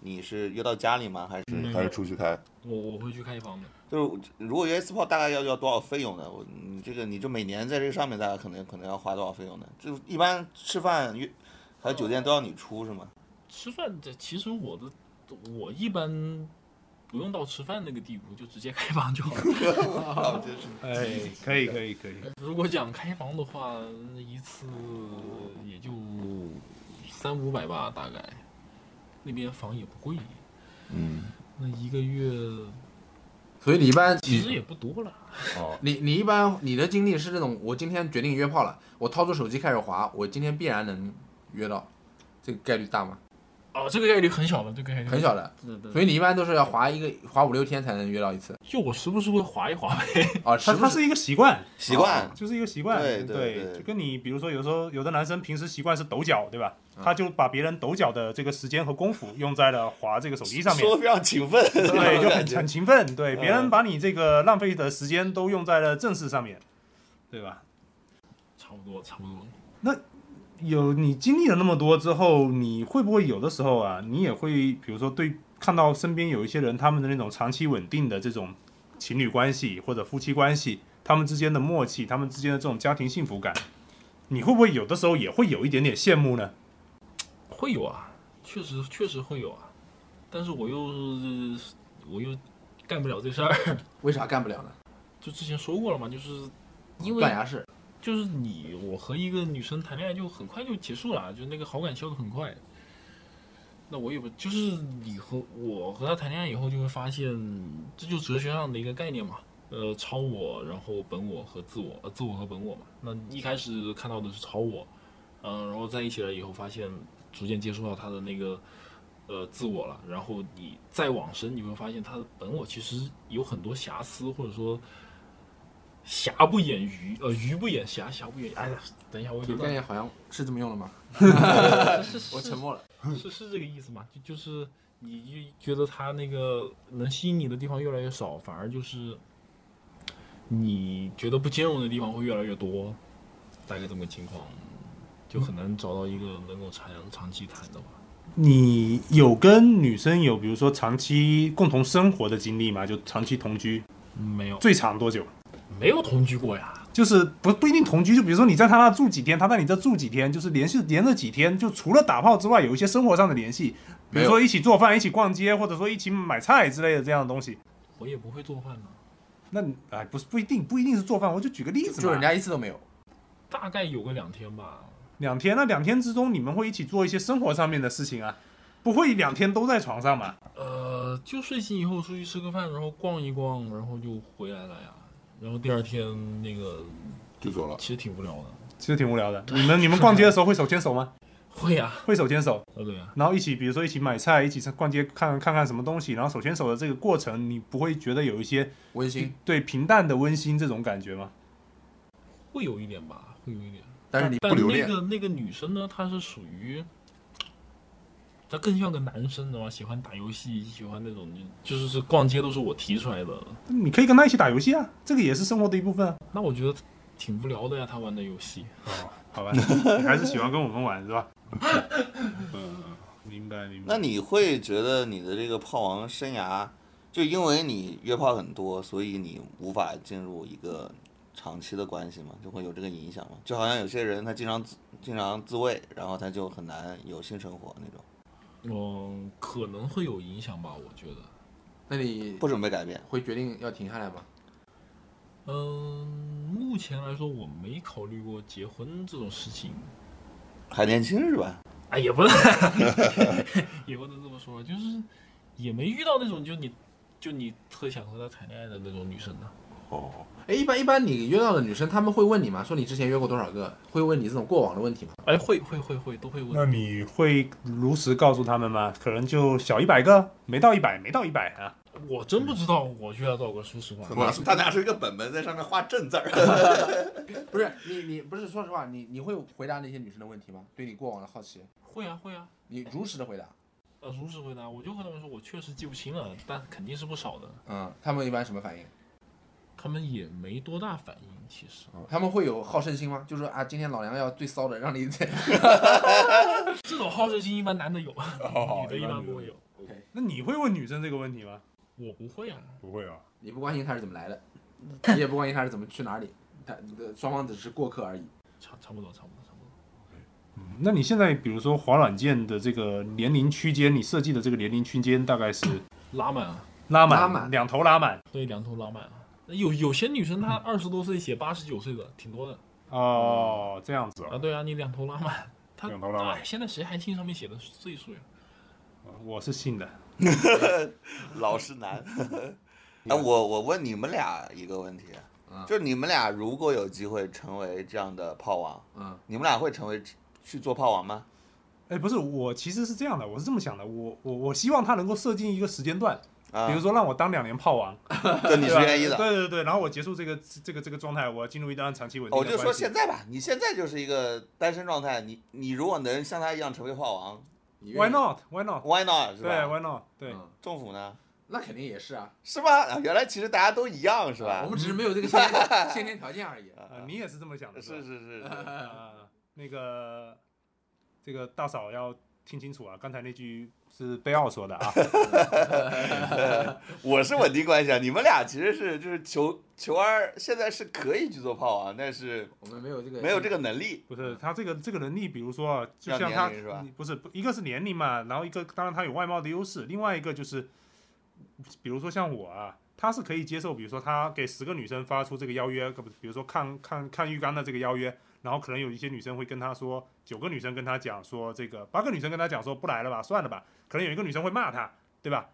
S3: 你是约到家里吗？还是
S2: 嗯
S3: 还是出去开？
S2: 我我会去开房的。
S3: 就是如果约一次炮，大概要要多少费用呢？我你这个你就每年在这上面，大概可能可能要花多少费用呢？就一般吃饭约还有酒店都要你出是吗？
S2: 吃饭这其实我的我一般不用到吃饭那个地步，就直接开房就好了。
S3: 那我就是
S4: 哎， 可以可以可以，
S2: 如果讲开房的话，一次也就三五百吧，大概。那边房也不贵，
S3: 嗯，
S2: 那一个月
S1: 所以你一般
S2: 其实
S1: 你
S2: 也不多了。
S1: 你你一般你的经历是这种，我今天决定约炮了，我掏出手机开始滑，我今天必然能约到，这个概率大吗？
S2: 哦，这个概率很小的，这个概率
S1: 很小的，
S2: 对对
S1: 所以你一般都是要划一个划五六天才能约到一次。
S2: 就我时不时会划一划呗。
S1: 哦，时
S4: 它
S1: 不
S4: 它
S1: 时
S4: 是一个习惯，
S3: 习惯。
S4: 就是一个习惯，
S3: 对对
S4: 对
S3: 对
S4: 就跟你比如说有时候有的男生平时习惯是抖脚，对吧？
S3: 嗯
S4: 他就把别人抖脚的这个时间和功夫用在了滑这个手机上面，
S3: 说的非常勤奋，
S4: 对，就
S3: 感
S4: 很
S3: 觉
S4: 很勤奋，对，
S3: 嗯
S4: 别人把你这个浪费的时间都用在了正事上面，对吧？
S2: 差不多，差不多。
S4: 有你经历了那么多之后，你会不会有的时候啊，你也会比如说对看到身边有一些人他们的那种长期稳定的这种情侣关系或者夫妻关系，他们之间的默契，他们之间的这种家庭幸福感，你会不会有的时候也会有一点点羡慕呢？
S2: 会有啊，确实确实会有啊，但是我又我又干不了这事儿，
S1: 为啥干不了呢？
S2: 就之前说过了嘛，就是因
S1: 断
S2: 为
S1: 崖式，
S2: 就是你我和一个女生谈恋爱就很快就结束了，就那个好感消的很快。那我也不就是你和我和她谈恋爱以后就会发现，这就哲学上的一个概念嘛，呃，超我，然后本我和自我，呃，自我和本我嘛。那一开始看到的是超我，嗯、然后在一起了以后发现，逐渐接触到他的那个呃自我了，然后你再往深，你会发现他的本我其实有很多瑕疵，或者说瑕不掩瑜，呃，瑜不掩瑕，瑕不掩。哎呀，等一下，我有
S1: 这
S2: 点
S1: 个概
S2: 乱
S1: 念好像是这么用的 吗？
S2: 是是
S1: 我沉默了。
S2: 是是这个意思吗？就就是你就觉得他那个能吸引你的地方越来越少，反而就是你觉得不兼容的地方会越来越多，大概这么个情况，就很难找到一个能够长长期谈的吧。
S4: 你有跟女生有比如说长期共同生活的经历吗？就长期同居，
S2: 嗯没有，
S4: 最长多久？
S2: 没有同居过呀。
S4: 就是不不一定同居，就比如说你在他那住几天，他在你这住几天，就是连续连着几天，就除了打炮之外，有一些生活上的联系，比
S1: 没有
S4: 如说一起做饭、一起逛街，或者说一起买菜之类的这样的东西。
S2: 我也不会做饭呢，
S4: 那你哎，不是不一定不一定是做饭，我就举个例子
S1: 就
S4: 嘛。
S1: 人家一次都没有。
S2: 大概有个两天吧。
S4: 两天，那两天之中你们会一起做一些生活上面的事情啊，不会两天都在床上嘛？
S2: 呃，就睡醒以后出去吃个饭，然后逛一逛，然后就回来了呀。然后第二天那个
S5: 就走了。
S2: 其实挺无聊的。
S4: 其实挺无聊的。你们你们逛街的时候会手牵手吗？
S2: 会呀、
S4: 会手牵手，
S2: 啊，对呀、
S4: 然后一起，比如说一起买菜，一起逛街看看看什么东西，然后手牵手的这个过程，你不会觉得有一些
S1: 温馨，
S4: 对平淡的温馨这种感觉吗？
S2: 会有一点吧，会有一点。
S1: 但是你
S2: 但
S1: 不留恋
S2: 那，个那个女生呢，她是属于，她更像个男生，你知道吗？喜欢打游戏，喜欢那种就就是逛街都是我提出来的。
S4: 你可以跟他一起打游戏啊，这个也是生活的一部分啊。
S2: 那我觉得挺无聊的呀，她玩的游戏。
S4: 好吧，你还是喜欢跟我们玩是吧？
S5: 嗯，
S4: 明白明白。
S3: 那你会觉得你的这个炮王生涯，就因为你约炮很多，所以你无法进入一个长期的关系吗？就会有这个影响吗？就好像有些人他经常自经常自慰，然后他就很难有性生活那种，
S2: 嗯，可能会有影响吧，我觉得。
S1: 那你
S3: 不准备改变。
S1: 会决定要停下来吗？
S2: 嗯，目前来说我没考虑过结婚这种事情。
S3: 还年轻是吧？
S2: 哎，也不能， 也不能这么说，就是也没遇到那种就你就你特想和她谈恋爱的那种女生呢。
S5: 哦，
S1: 哎，一般一般你约到的女生，她们会问你吗？说你之前约过多少个？会问你这种过往的问题吗？
S2: 哎，会会会会都会问。
S4: 那你会如实告诉他们吗？可能就小一百个，没到一百，没到一百啊。
S2: 我真不知道我约了多少个，说实话。
S1: 么了
S3: 他拿出一个本本在上面画正字儿，
S1: 不是你你不是说实话，你你会回答那些女生的问题吗？对你过往的好奇，
S2: 会啊会啊，
S1: 你如实的回答。
S2: 呃，如实回答，我就和他们说，我确实记不清了，但肯定是不少的。
S1: 嗯，她们一般什么反应？
S2: 他们也没多大反应，其实
S1: 她们会有好胜心吗？就说啊，今天老娘要最骚的，让你
S2: 这种好胜心一般男的有，女的一般不会有。
S4: 那你会问女生这个问题吗？
S2: 我不会啊，
S5: 不会啊，
S1: 你不关心她是怎么来的，你也不关心她是怎么去哪里，她呃双方只是过客而已。
S2: 差差不多差不多差不多。
S4: 那你现在比如说滑软件的这个年龄区间，你设计的这个年龄区间大概是
S2: 拉满啊，
S4: 拉满，
S1: 拉满
S4: 两头拉满。
S2: 对，两头拉满啊。那有有些女生她二十多岁写八十九岁的，挺多的
S4: 哦，这样子啊
S2: 啊。。对啊，你两头拉满，她
S5: 两头拉满
S2: 哎现在谁还信上面写的啊岁数呀？
S4: 我是信的。
S3: 老实男。哎，我我问你们俩一个问题
S1: 嗯，
S3: 就是你们俩如果有机会成为这样的炮王，
S1: 嗯，
S3: 你们俩会成为去做炮王吗？
S4: 哎，不是，我其实是这样的，我是这么想的，我我我希望他能够设定一个时间段，
S3: 啊
S4: 比如，说让我当两年炮王，
S3: 这你
S4: 对
S3: 是
S4: 吧
S3: 愿意的。
S4: 对对对，然后我结束这个这个这个状态，我要进入一段长期稳定
S3: 我哦
S4: 的
S3: 就
S4: 关系。
S3: 说现在吧，你现在就是一个单身状态，你你如果能像他一样成为炮 王
S1: 你
S4: Why
S1: 愿意
S4: not? Why not?
S3: ，Why not？是
S4: 对
S3: 吧？
S4: ，Why not? 对，
S1: 嗯
S3: 政府呢？
S1: 那肯定也是啊，
S3: 是吧？啊原来其实大家都一样，是吧
S1: 我？们只是没有这个先天 先天条件而已。
S4: 啊
S3: 啊，
S4: 你也是这么想的，
S3: 是是
S4: 吧？
S3: 是是，
S4: 啊，那个这个大嫂要听清楚啊，刚才那句是贝奥说的啊，
S3: 我是稳定关系啊。你们俩其实是就是求求而现在是可以去做炮王，但是
S1: 我们没有这个
S3: 没有这个能力。
S4: 不是他这个这个能力，比如说啊，就
S3: 要
S4: 像
S3: 年
S4: 他
S3: 龄是吧
S4: 你不是不一个是年龄嘛，然后一个当然他有外貌的优势，另外一个就是，比如说像我啊，他是可以接受，比如说他给十个女生发出这个邀约，可不比如说看看看浴缸的这个邀约，然后可能有一些女生会跟他说，九个女生跟他讲说这个，八个女生跟他讲说不来了吧，算了吧，可能有一个女生会骂他，对吧？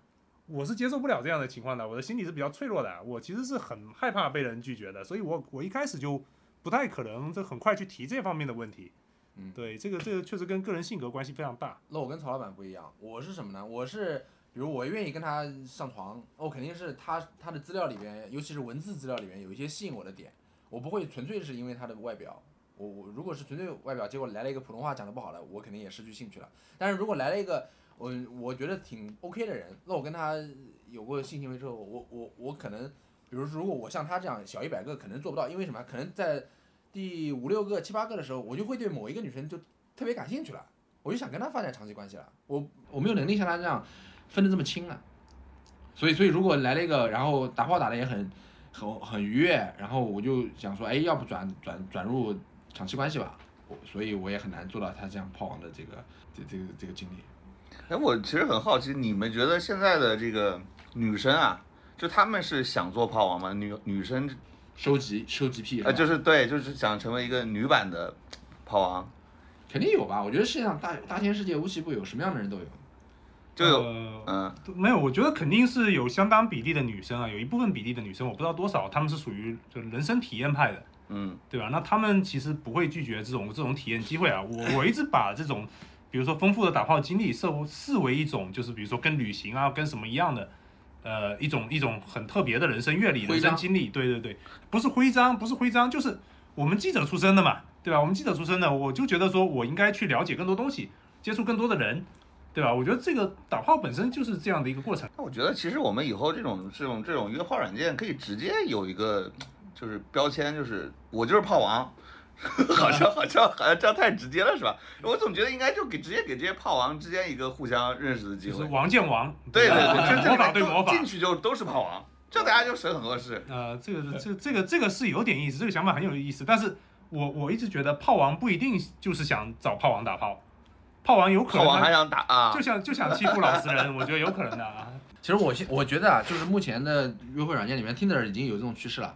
S4: 我是接受不了这样的情况的，我的心理是比较脆弱的，我其实是很害怕被人拒绝的，所以我我一开始就不太可能这很快去提这方面的问题。
S1: 嗯
S4: 对，这个这个确实跟个人性格关系非常大。
S1: 那我跟曹老板不一样，我是什么呢？我是比如我愿意跟他上床，我肯定是他他的资料里边，尤其是文字资料里边有一些吸引我的点，我不会纯粹是因为他的外表。我我如果是纯粹外表，结果来了一个普通话讲的不好的，我肯定也失去兴趣了。但是如果来了一个我我觉得挺 OK 的人，那我跟他有过性行为之后，我我我可能，比如说如果我像他这样小一百个，可能做不到，因为什么？可能在第五六个、七八个的时候，我就会对某一个女生就特别感兴趣了。我就想跟她发展长期关系了。我我没有能力像她这样分得这么清了。所以所以如果来了一个，然后打炮打的也很很很愉悦，然后我就想说，哎，要不转转转入长期关系吧。我所以我也很难做到她这样炮王的这个这这个这个经历。
S3: 哎，我其实很好奇，你们觉得现在的这个女生啊，就她们是想做炮王吗？女女生
S1: 收集收集癖吧
S3: 啊，就是对，就是想成为一个女版的炮王，
S1: 肯定有吧？我觉得世界上大大千世界无奇不有，什么样的人都有。
S3: 就有
S4: 呃
S3: 嗯，
S4: 都没有，我觉得肯定是有相当比例的女生啊，有一部分比例的女生，我不知道多少，她们是属于就人生体验派的，
S3: 嗯，
S4: 对吧？那她们其实不会拒绝这种这种体验机会啊。我我一直把这种，比如说丰富的打炮经历，视视为一种就是比如说跟旅行啊，跟什么一样的。呃，一种一种很特别的人生阅历、
S1: 徽
S4: 人
S1: 章
S4: 生经历，对对对，不是徽章，不是徽章，就是我们记者出身的嘛，对吧？我们记者出身的，我就觉得说我应该去了解更多东西，接触更多的人，对吧？我觉得这个打炮本身就是这样的一个过程。
S3: 那我觉得其实我们以后这种这种这种约炮软件可以直接有一个就是标签，就是我就是炮王。 好像好像好像这样太直接了是吧？我总觉得应该就给直接给这些炮王之间一个互相认识的机
S4: 就是
S3: 会。
S4: 王见王，
S3: 对对
S4: 吧
S3: 对，这这
S4: 模
S3: 里
S4: 仿
S3: 面
S4: 对
S3: 都
S4: 模仿
S3: 进，去就都是炮王，这大家就省很多事。
S4: 呃，这个这这个这个是有点意思，这个想法很有意思，但是我我一直觉得炮王不一定就是想找炮王打炮，炮王有可
S3: 炮
S4: 能
S3: 王还
S4: 他
S3: 想打啊
S4: 就？想就想欺负老实人，我觉得有可能的啊。
S1: 其实我现我觉得啊，就是目前的约会软件里面，Tinder 已经有这种趋势了，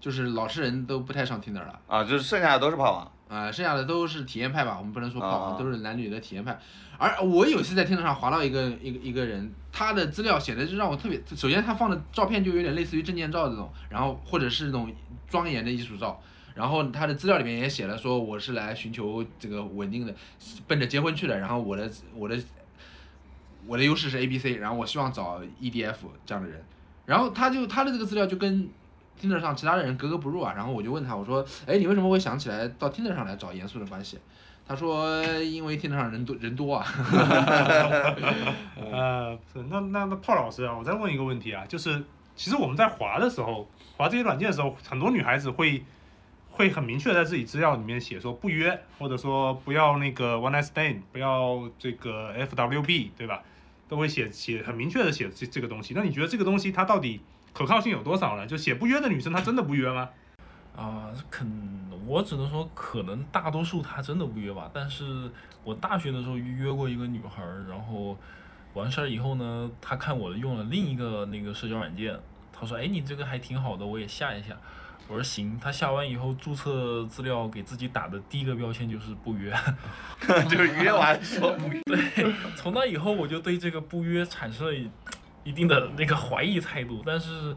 S1: 就是老实人都不太上 Tinder 了。
S3: 啊，就是剩下的都是炮王。
S1: 啊，剩下的都是体验派吧，我们不能说炮
S3: 啊
S1: 王，都是男女的体验派。而我有一次在听上划到一个一个一个人，他的资料显得就让我特别，首先他放的照片就有点类似于证件照这种，然后或者是那种庄严的艺术照，然后他的资料里面也写了说我是来寻求这个稳定的，奔着结婚去的，然后我的我的我的优势是 A B C，然后我希望找 E D F 这样的人，然后他就他的这个资料就跟 Tinder 上其他的人格格不入啊，然后我就问他，我说，哎，你为什么会想起来到 Tinder 上来找严肃的关系？他说，因为 Tinder 上人多人多啊。
S4: 呃，不是，那那那炮老师啊，我再问一个问题啊，就是其实我们在滑的时候，滑这些软件的时候，很多女孩子会会很明确地在自己资料里面写说不约，或者说不要那个 one night stand，不要这个 FWB，对吧？都会写写很明确的写这这个东西。那你觉得这个东西它到底可靠性有多少呢？就写不约的女生，她真的不约吗？
S2: 啊、肯，我只能说可能大多数她真的不约吧。但是我大学的时候约过一个女孩儿，然后完事儿以后呢，她看我用了另一个那个社交软件，她说：“哎，你这个还挺好的，我也下一下。”我说行，她下完以后注册资料给自己打的第一个标签就是不约。
S3: 就是约完说不约。
S2: 从那以后，我就对这个不约产生了一一定的那个怀疑态度。但是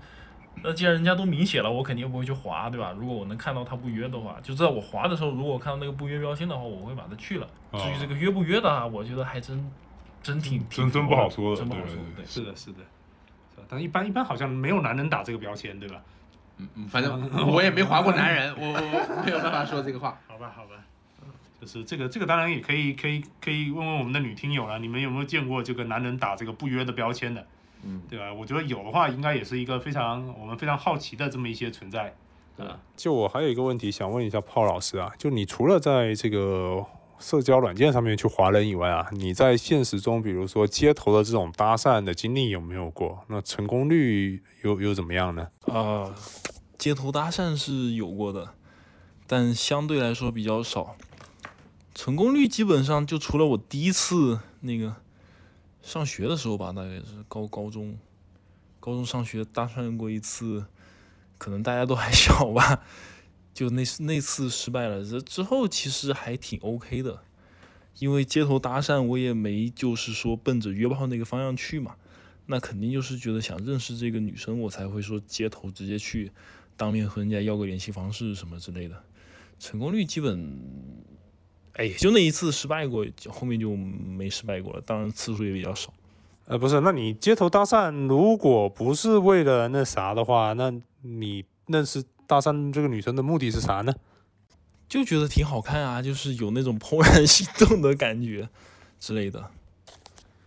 S7: 那既然人家都明写了，我肯定不会去划，对吧？如果我能看到他不约的话，就在我划的时候，如果我看到那个不约标签的话，我会把它去了。至
S8: 哦
S7: 于这个约不约的啊，我觉得还真真挺挺
S8: 真真不好说的
S7: 真不好
S8: 对
S7: 说。
S8: 对
S5: 是的，是的，是的但一般一般好像没有男人打这个标签，对吧？
S1: 嗯嗯，反 正我也没划过男人，我我我没有办法说这个 话。
S5: 好吧，好吧，就是这个这个当然也可以可以可以问问我们的女听友了，你们有没有见过这个男人打这个不约的标签的？
S1: 嗯，
S5: 对吧？我觉得有的话，应该也是一个非常我们非常好奇的这么一些存在，对吧？
S4: 嗯就我还有一个问题想问一下炮老师啊，就你除了在这个社交软件上面去划人以外啊，你在现实中，比如说街头的这种搭讪的经历有没有过？那成功率又又怎么样呢？
S2: 啊，街头搭讪是有过的，但相对来说比较少，成功率基本上就除了我第一次那个上学的时候吧，大概是高高中，高中上学搭讪过一次，可能大家都还小吧，就那次那次失败了，之之后其实还挺 OK 的，因为街头搭讪我也没就是说奔着约炮那个方向去嘛。那肯定就是觉得想认识这个女生，我才会说街头直接去当面和人家要个联系方式什么之类的，成功率基本，哎，也就那一次失败过，就后面就没失败过了，当然次数也比较少。
S4: 呃，不是，那你街头搭讪如果不是为了那啥的话，那你认识搭讪这个女生的目的是啥呢？
S2: 就觉得挺好看啊，就是有那种怦然心动的感觉之类的。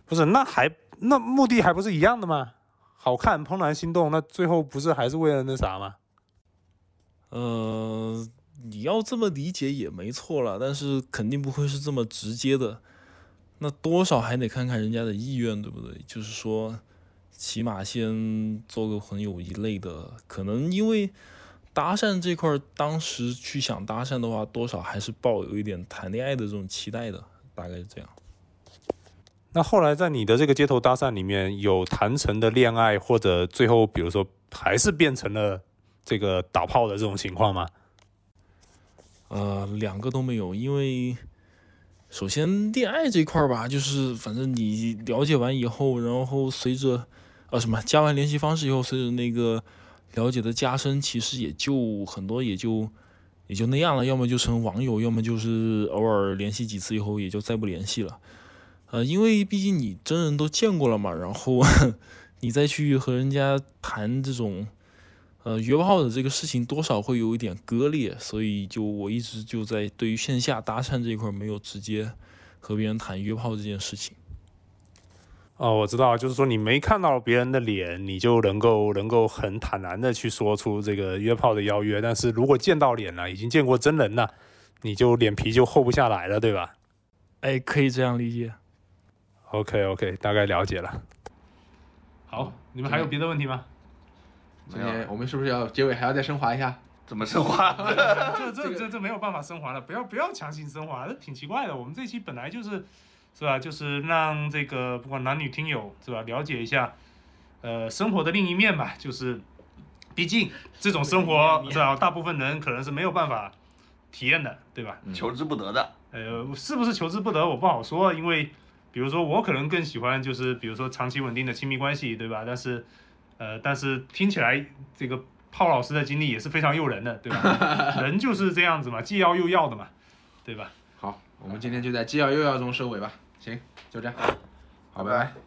S4: 不是，那还那目的还不是一样的吗？好看、怦然心动，那最后不是还是为了那啥吗？
S2: 呃，你要这么理解也没错了，但是肯定不会是这么直接的。那多少还得看看人家的意愿，对不对？就是说，起码先做个朋友一类的。可能因为搭讪这块儿，当时去想搭讪的话，多少还是抱有一点谈恋爱的这种期待的，大概是这样。
S4: 那后来在你的这个街头搭讪里面，有谈成的恋爱，或者最后比如说还是变成了这个打炮的这种情况吗？
S2: 呃，两个都没有，因为首先恋爱这块儿吧，就是反正你了解完以后，然后随着呃什么加完联系方式以后，随着那个了解的加深，其实也就很多也就也就那样了，要么就成网友，要么就是偶尔联系几次以后也就再不联系了。呃，因为毕竟你真人都见过了嘛，然后 你再去和人家谈这种。呃，约炮的这个事情多少会有一点割裂，所以就我一直就在对于线下搭讪这一块儿没有直接和别人谈约炮这件事情。
S4: 哦，我知道，就是说你没看到别人的脸，你就能够能够很坦然的去说出这个约炮的邀约。但是如果见到脸了，已经见过真人了，你就脸皮就厚不下来了，对吧
S2: 哎，可以这样理解。
S4: ？OK OK，大概了解了。
S5: 好，你们还有别的问题吗？
S1: 今天我们是不是要结尾还要再升华一下？
S3: 怎么啊升华？
S5: 这这这这没有办法升华了，不要不要强行升华，这挺奇怪的。我们这期本来就是，是吧？就是让这个不管男女听友是吧，了解一下，呃，生活的另一面吧。就是，毕竟这种生活是吧，大部分人可能是没有办法体验的，对吧？
S1: 嗯
S3: 求之不得的，
S5: 呃，是不是求之不得，我不好说，啊因为比如说我可能更喜欢就是比如说长期稳定的亲密关系，对吧？但是，呃，但是听起来这个炮老师的经历也是非常诱人的，对吧？ 人就是这样子嘛，既要又要的嘛，对吧？
S1: 好，我们今天就在既要又要中收尾吧。行，就这样，好，拜拜。